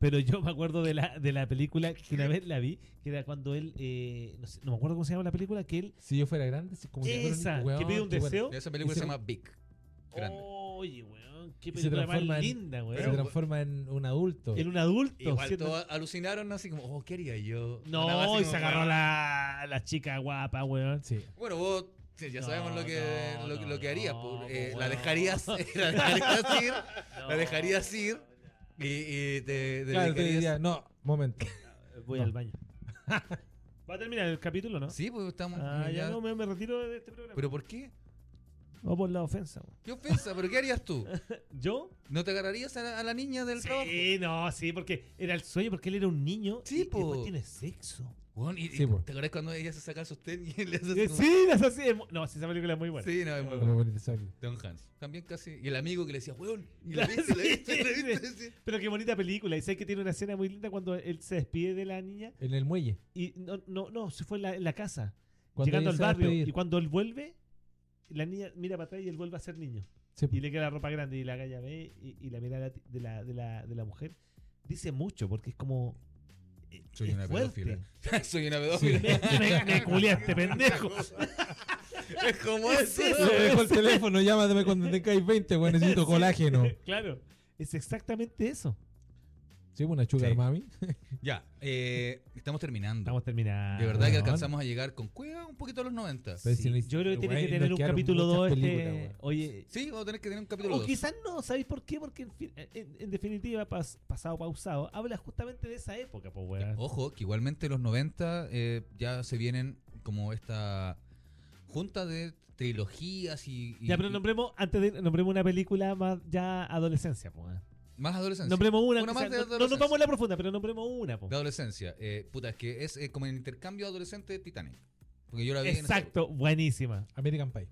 S3: pero yo me acuerdo de la, de la película que una vez la vi, que era cuando él. eh, no, sé, no me acuerdo cómo se llama la película, que él.
S2: Si yo fuera grande, así como que
S3: Esa,
S2: weón,
S3: que pide un
S2: qué bueno.
S3: deseo.
S1: Esa película
S2: Ese-
S1: se llama Big. Grande.
S3: Oh, Oye, weón, qué
S2: Y se
S3: película más
S2: transforma en-
S3: linda,
S2: Se
S1: Pero-
S3: weón.
S2: transforma en un adulto.
S3: En un adulto.
S1: Igual
S3: siendo-
S1: todos alucinaron así como, oh, ¿qué haría yo? Andaba
S3: No,
S1: así
S3: y
S1: como,
S3: se agarró
S1: "Ah".
S3: la, la chica guapa, weón.
S2: Sí.
S1: Bueno, vos sí, ya
S3: No,
S1: sabemos lo que,
S3: no,
S1: lo,
S3: no,
S1: lo que harías.
S3: no,
S1: pues,
S3: pues,
S1: eh, la
S3: bueno.
S1: dejarías, la dejarías ir, la
S3: No.
S1: dejarías ir y, y te, te
S2: Claro, te
S1: dedicarías-
S2: diría, no, momento.
S3: Voy al baño. ¿Va a terminar el capítulo, no?
S1: Sí, pues estamos...
S3: Ah, ya
S1: ya-
S3: no, me, me retiro de este programa.
S1: ¿Pero por qué?
S3: O por la ofensa, weón.
S1: ¿Qué ofensa? ¿Pero qué harías tú?
S3: ¿Yo?
S1: ¿No te agarrarías a la, a la niña del trabajo?
S3: Sí, no, sí, porque era el sueño, porque él era un niño.
S1: Sí,
S3: y- y,
S1: po.
S3: después tiene sexo.
S1: Weón, y- y
S2: Sí, pues.
S1: ¿Te acuerdas cuando ella se saca el sostén y le hace así
S3: Eh,
S1: como-
S3: Sí, no, sí, es mu- no, sí, esa película es muy buena.
S1: Sí, no, es muy
S2: Pero
S1: bueno.
S2: bonito, sorry.
S1: Don Hans. También casi. Y el amigo que le decía, weón, y la
S3: Claro,
S1: viste, la
S3: sí.
S1: viste, la viste. sí.
S3: Pero qué bonita película. Y sé que tiene una escena muy linda cuando él se despide de la niña.
S2: En el muelle.
S3: Y no, no, no, se fue en la, en la casa.
S2: Cuando
S3: llegando
S2: ella
S3: al
S2: se va a
S3: barrio.
S2: despedir.
S3: Y cuando él vuelve, la niña mira para atrás y él vuelve a ser niño.
S2: Sí,
S3: Y le queda la ropa grande. Y la galla ve y, y la mirada de la, de, la, de la mujer dice mucho porque es como. eh,
S1: Soy
S3: es
S1: una
S3: fuerte.
S1: pedófila. Soy una pedófila.
S3: Me, me, me culiaste, pendejo.
S1: Es como
S3: Es
S1: eso.
S3: eso.
S2: Le dejo el teléfono, llámame cuando tengáis 20, weón, necesito colágeno.
S3: claro, es exactamente eso.
S2: Sí, una sugar
S1: Sí.
S2: mami.
S1: Ya, eh, estamos terminando.
S3: Vamos a terminar.
S1: de verdad que
S2: weón.
S1: alcanzamos a llegar con cueva un poquito a los 90.
S2: Pero
S3: Sí,
S2: si no-
S3: Yo creo que tiene
S2: weón,
S3: que
S2: nos
S3: tener un
S2: quedaron
S3: capítulo
S2: muchas
S3: 2.
S2: películas,
S3: Este,
S2: weón.
S3: oye,
S1: Sí, vamos a tener que tener un capítulo
S3: o
S1: 2.
S3: quizás no, ¿sabéis por qué? Porque en, fin- en- en definitiva, pas- pasado pausado, habla justamente de esa época, pues, weón.
S1: Ojo, que igualmente los 90 eh, ya se vienen como esta junta de trilogías y, y-
S3: Ya, pero nombremos, antes de nombremos una película más ya adolescencia, pues. weón.
S1: más adolescencia.
S3: Nombremos una,
S1: Una
S3: que
S1: más de
S3: sea- no- no, nos
S1: adolescencia.
S3: vamos a la profunda, pero nombremos una,
S1: De
S3: pues.
S1: adolescencia. Eh, puta, es que es eh, como el intercambio adolescente de Titanic. Porque yo la vi en esa-
S3: Exacto, buenísima.
S2: American Pie.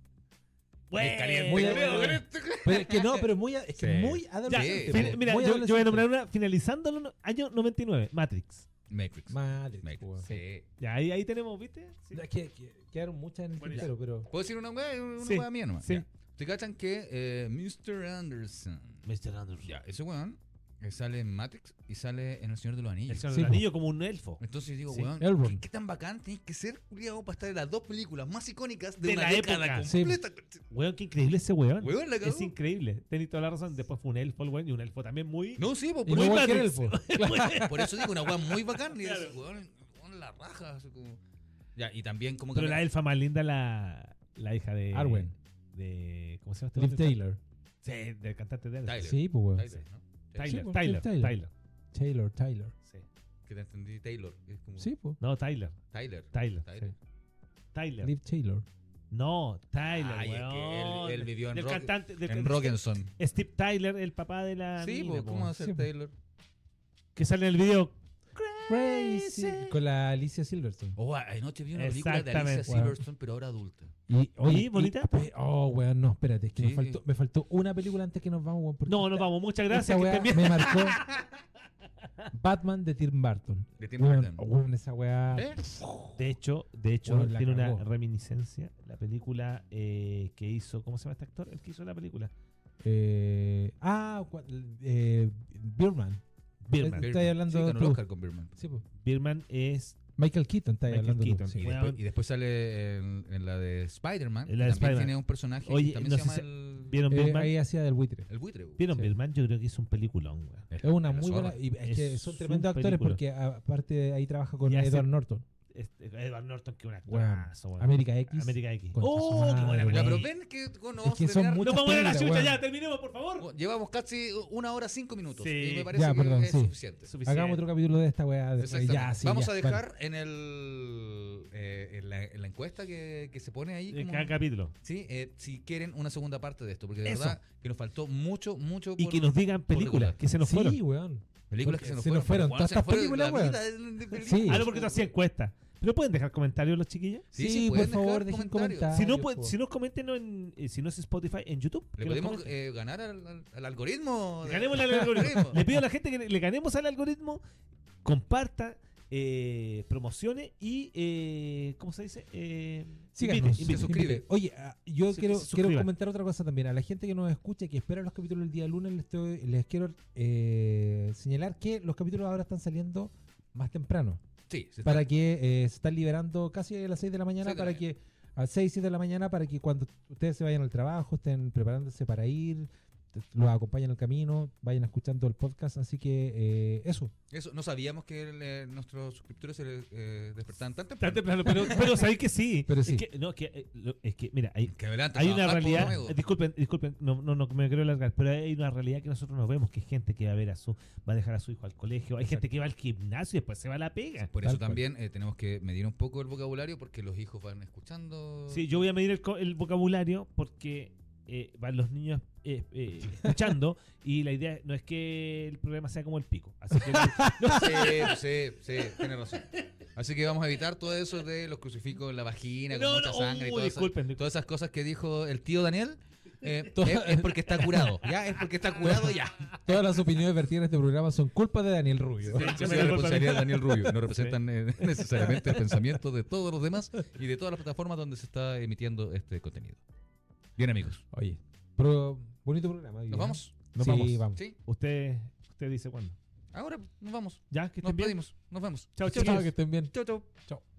S1: Me calienta,
S2: Muy
S3: weón.
S2: adolescente. Pero es que no, pero muy, a- es que
S3: Sí.
S2: muy
S3: Ya,
S2: adolescente.
S1: Sí.
S2: po,
S3: fin- mira,
S2: muy
S3: yo, yo voy a
S2: adolescente.
S3: nombrar una finalizando el no- año 99, Matrix.
S1: Matrix.
S2: Madre,
S1: Matrix,
S2: weón.
S1: sí.
S3: Ya, ahí, ahí tenemos, ¿viste? Sí.
S2: No, es que, que- quedaron muchas en el
S3: Bueno,
S2: tintero, pero.
S1: ¿Puedo decir una weá? Una
S3: Sí,
S1: weá mía nomás.
S3: sí.
S1: ya. ¿Te cachan que eh, Mr. Anderson?
S3: Mr. Anderson.
S1: Ya, ese weón eh, sale en Matrix y sale en El Señor de los
S3: El
S1: Anillos.
S3: señor
S2: Sí,
S3: del
S2: po.
S3: anillo como un elfo.
S1: Entonces digo,
S3: Sí,
S1: weón,
S2: Elrond.
S1: ¿qué, qué tan bacán tenés que ser, culiado, para estar en las dos películas más icónicas de,
S3: De
S1: una
S3: la
S1: década
S3: época.
S2: Sí.
S1: completa?
S3: Weón, qué increíble ese weón.
S1: Weón, la cagó.
S3: es increíble. Tenéis toda la razón. Después fue un elfo el weón y un elfo también muy.
S1: No, sí, po,
S2: Y
S1: por,
S2: no
S1: eso-
S2: cualquier
S3: Matrix.
S2: elfo.
S1: por eso digo, una weá muy bacán. Y es,
S3: Claro.
S1: weón, weón, la raja. así como- Ya, y también como que...
S3: Pero la elfa más linda, la, la hija de.
S2: Arwen.
S3: De. ¿Cómo se llama este
S2: Liv
S3: weón?
S2: Taylor.
S3: Sí, del cantante de Elf.
S1: Tyler.
S2: Sí, pues, weón.
S1: Tyler, ¿no?
S3: Tyler.
S2: Sí, po,
S3: Tyler.
S2: Liv Tyler.
S3: Tyler.
S2: Taylor, Taylor.
S3: Sí.
S1: Que te entendí, Taylor. Es como
S2: Sí, pues.
S3: No, Tyler.
S1: Tyler.
S3: Tyler.
S1: Tyler.
S3: sí. Tyler.
S2: Liv Taylor.
S3: No, Tyler.
S1: Ay, es que
S3: weón.
S1: él- él vivió en
S3: Del
S1: Rock-
S3: cantante. Del
S1: En
S3: can-
S1: Rockenson.
S3: Steve Tyler, el papá de la.
S1: Sí, po,
S3: mina, po.
S1: ¿cómo va a ser
S2: Sí, po.
S1: Taylor?
S3: Que sale en el video.
S2: Crazy. Con la Alicia Silverstone.
S1: Oh, a- anoche vi una película de Alicia
S3: Exactamente.
S1: Silverstone, pero ahora adulta.
S2: Y,
S3: ¿Y bonita?
S2: pe- oh, weón, no, espérate, es que
S1: Sí.
S2: me, faltó, me faltó una película antes que nos vamos, weón. porque
S3: No, nos
S2: esta-
S3: vamos. Muchas
S2: esta
S3: gracias. Que
S2: weá
S3: estén bien.
S2: me marcó Batman de Tim Burton.
S1: De Tim
S2: Weón,
S1: Burton.
S2: oh, weón, esa weá.
S1: ¿Eh?
S3: De hecho, de hecho
S2: Weón, la
S3: tiene una
S2: cagó.
S3: reminiscencia la película eh, que hizo, ¿cómo se llama este actor? El que hizo la película.
S2: Eh, ah, cua- eh, Birman.
S3: Birman.
S2: Estáis hablando
S1: sí,
S2: de
S1: ganó el
S2: otro-
S1: Oscar con Birman.
S2: Sí, po.
S3: Birman es
S2: Michael Keaton, estáis
S3: Michael
S2: hablando tú,
S3: Keaton,
S2: sí.
S1: Y,
S3: Bueno.
S1: después, y después sale en, en la de Spider-Man.
S3: En la
S1: también
S3: de Spider-Man.
S1: tiene un personaje
S3: Oye,
S1: que también
S3: no
S1: se
S3: sé
S1: llama
S3: si-
S1: el,
S3: ¿Vieron
S2: Eh,
S3: Birdman?
S2: ahí hacía del buitre.
S1: el buitre. güey.
S3: ¿Vieron
S2: sí.
S3: Birdman? Yo creo que es un peliculón, weón.
S2: Es una
S1: la
S2: muy
S1: zorra.
S2: buena. Y es que
S3: Es
S2: son tremendos
S3: un
S2: actores
S3: película.
S2: porque a- aparte de ahí trabaja con
S3: Y hace-
S2: Edward Norton.
S3: Este, Edward Norton, que un
S2: Weón.
S3: actorazo, weón.
S2: América X.
S3: América X. Oh,
S2: Concha su madre,
S3: película.
S1: Ya,
S2: weón.
S1: pero ven que oh, no vamos
S2: que
S1: a
S2: son
S1: terminar.
S2: muy-
S3: No vamos a ver la
S2: Puta
S3: chucha,
S2: película,
S3: ya,
S2: weón.
S3: terminemos, por favor.
S1: Llevamos casi una hora cinco minutos.
S3: Sí.
S1: Y me parece
S2: Ya,
S1: que
S2: perdón,
S1: es
S2: sí.
S1: suficiente.
S3: Suficiente.
S2: Hagamos otro capítulo de esta weá. de-
S1: Exactamente.
S2: Ya, sí,
S1: Vamos
S2: ya,
S1: a
S2: vale.
S1: dejar en el eh, en, la, en la encuesta que, que se pone ahí.
S3: En
S1: como-
S3: cada capítulo.
S1: sí, eh, si quieren una segunda parte de esto, porque de
S3: Eso.
S1: verdad que nos faltó mucho, mucho.
S3: Y
S1: por-
S3: que nos digan películas
S1: recordar.
S3: que se nos
S2: sí,
S3: fueron.
S2: weón.
S1: películas que se nos
S2: se nos
S1: fueron.
S2: fueron
S1: Juan,
S2: todas
S1: se nos
S2: estas
S1: fueron la
S2: películas,
S1: vida de- de películas.
S2: Sí.
S3: Ah, no, porque tú hacías encuestas. ¿Pero pueden dejar comentarios los chiquillos?
S1: Sí,
S2: Sí,
S1: sí,
S2: por
S1: pueden
S2: favor,
S1: dejar
S2: dejen
S1: comentarios.
S2: comentarios.
S3: Si no, pues,
S2: po.
S3: puede- si no comenten en, eh, si no es Spotify, en YouTube. que
S1: Le
S3: nos
S1: podemos
S3: comenten.
S1: eh, ganar al, al- al algoritmo. de-
S3: Ganémosle al algoritmo. Le pido a la gente que le, le ganemos al algoritmo, comparta, eh, promocione y, eh, ¿cómo se dice? Eh,
S2: Síganos.
S3: invite,
S1: se
S3: invite.
S1: suscribe.
S2: Invite. Oye, ah, yo
S3: Se-
S2: quiero,
S3: se
S2: quiero
S3: suscriba.
S2: comentar otra cosa también. A la gente que nos escucha y que espera los capítulos el día lunes, les, estoy- les quiero eh, señalar que los capítulos ahora están saliendo más temprano.
S1: Sí, se
S2: Para que eh, se están liberando casi a las 6 de la mañana,
S1: Seis de la
S2: para que a 6, 7 de la mañana, para que cuando ustedes se vayan al trabajo, estén preparándose para ir, te- los
S1: Ah.
S2: acompañen al camino, vayan escuchando el podcast. Así que eh, eso.
S1: Eso, no sabíamos que el, eh, nuestros suscriptores se les, eh, despertaban tan
S3: Tan
S1: temprano.
S3: temprano, pero, pero sabéis que sí.
S2: Pero sí.
S3: Es que, no, es que, eh, lo- es que, mira, hay,
S1: Que adelante,
S3: hay una
S1: trabajar por
S3: realidad.
S1: nuevo.
S3: eh, Disculpen, disculpen, no, no, no me quiero alargar, pero hay una realidad que nosotros no vemos: que hay gente que va a ver a su, va a dejar a su hijo al colegio, hay gente que va al gimnasio y después se va a la pega.
S1: Por
S2: Tal
S1: eso
S2: cual.
S1: también eh, tenemos que medir un poco el vocabulario porque los hijos van escuchando.
S3: Sí, yo voy a medir el, co- el vocabulario porque eh, van los niños eh, eh, escuchando y la idea no es que el programa sea como el pico. Así que
S1: Sí, sí, sí, tienes razón. Así que vamos a evitar todo eso de los crucifijos en la vagina, con
S3: No,
S1: mucha
S3: no,
S1: sangre y
S3: uh,
S1: todo eso.
S3: disculpen, disculpen.
S1: todas esas cosas que dijo el tío Daniel. eh, es, es porque está curado, ya, es porque está curado ya.
S2: Todas las opiniones vertidas en este programa son culpa de Daniel Rubio.
S1: Sí,
S3: yo
S1: es
S3: me
S1: la
S3: la
S1: responsabilidad de Daniel Rubio. No representan eh, necesariamente el pensamiento de todos los demás y de todas las plataformas donde se está emitiendo este contenido. Bien, amigos.
S2: Oye, pero bonito programa. ¿eh? hoy
S1: ¿Nos
S2: día.
S1: vamos?
S2: Nos
S3: Sí,
S2: vamos. vamos.
S1: ¿Sí?
S3: usted, usted dice cuándo.
S1: Ahora nos vamos.
S3: Ya, que
S1: Nos
S3: estén bien.
S1: pedimos. Nos vemos.
S3: Chao, chao,
S2: Chao,
S3: chao.
S2: que estén bien.
S1: Chau, chau.
S2: Chao.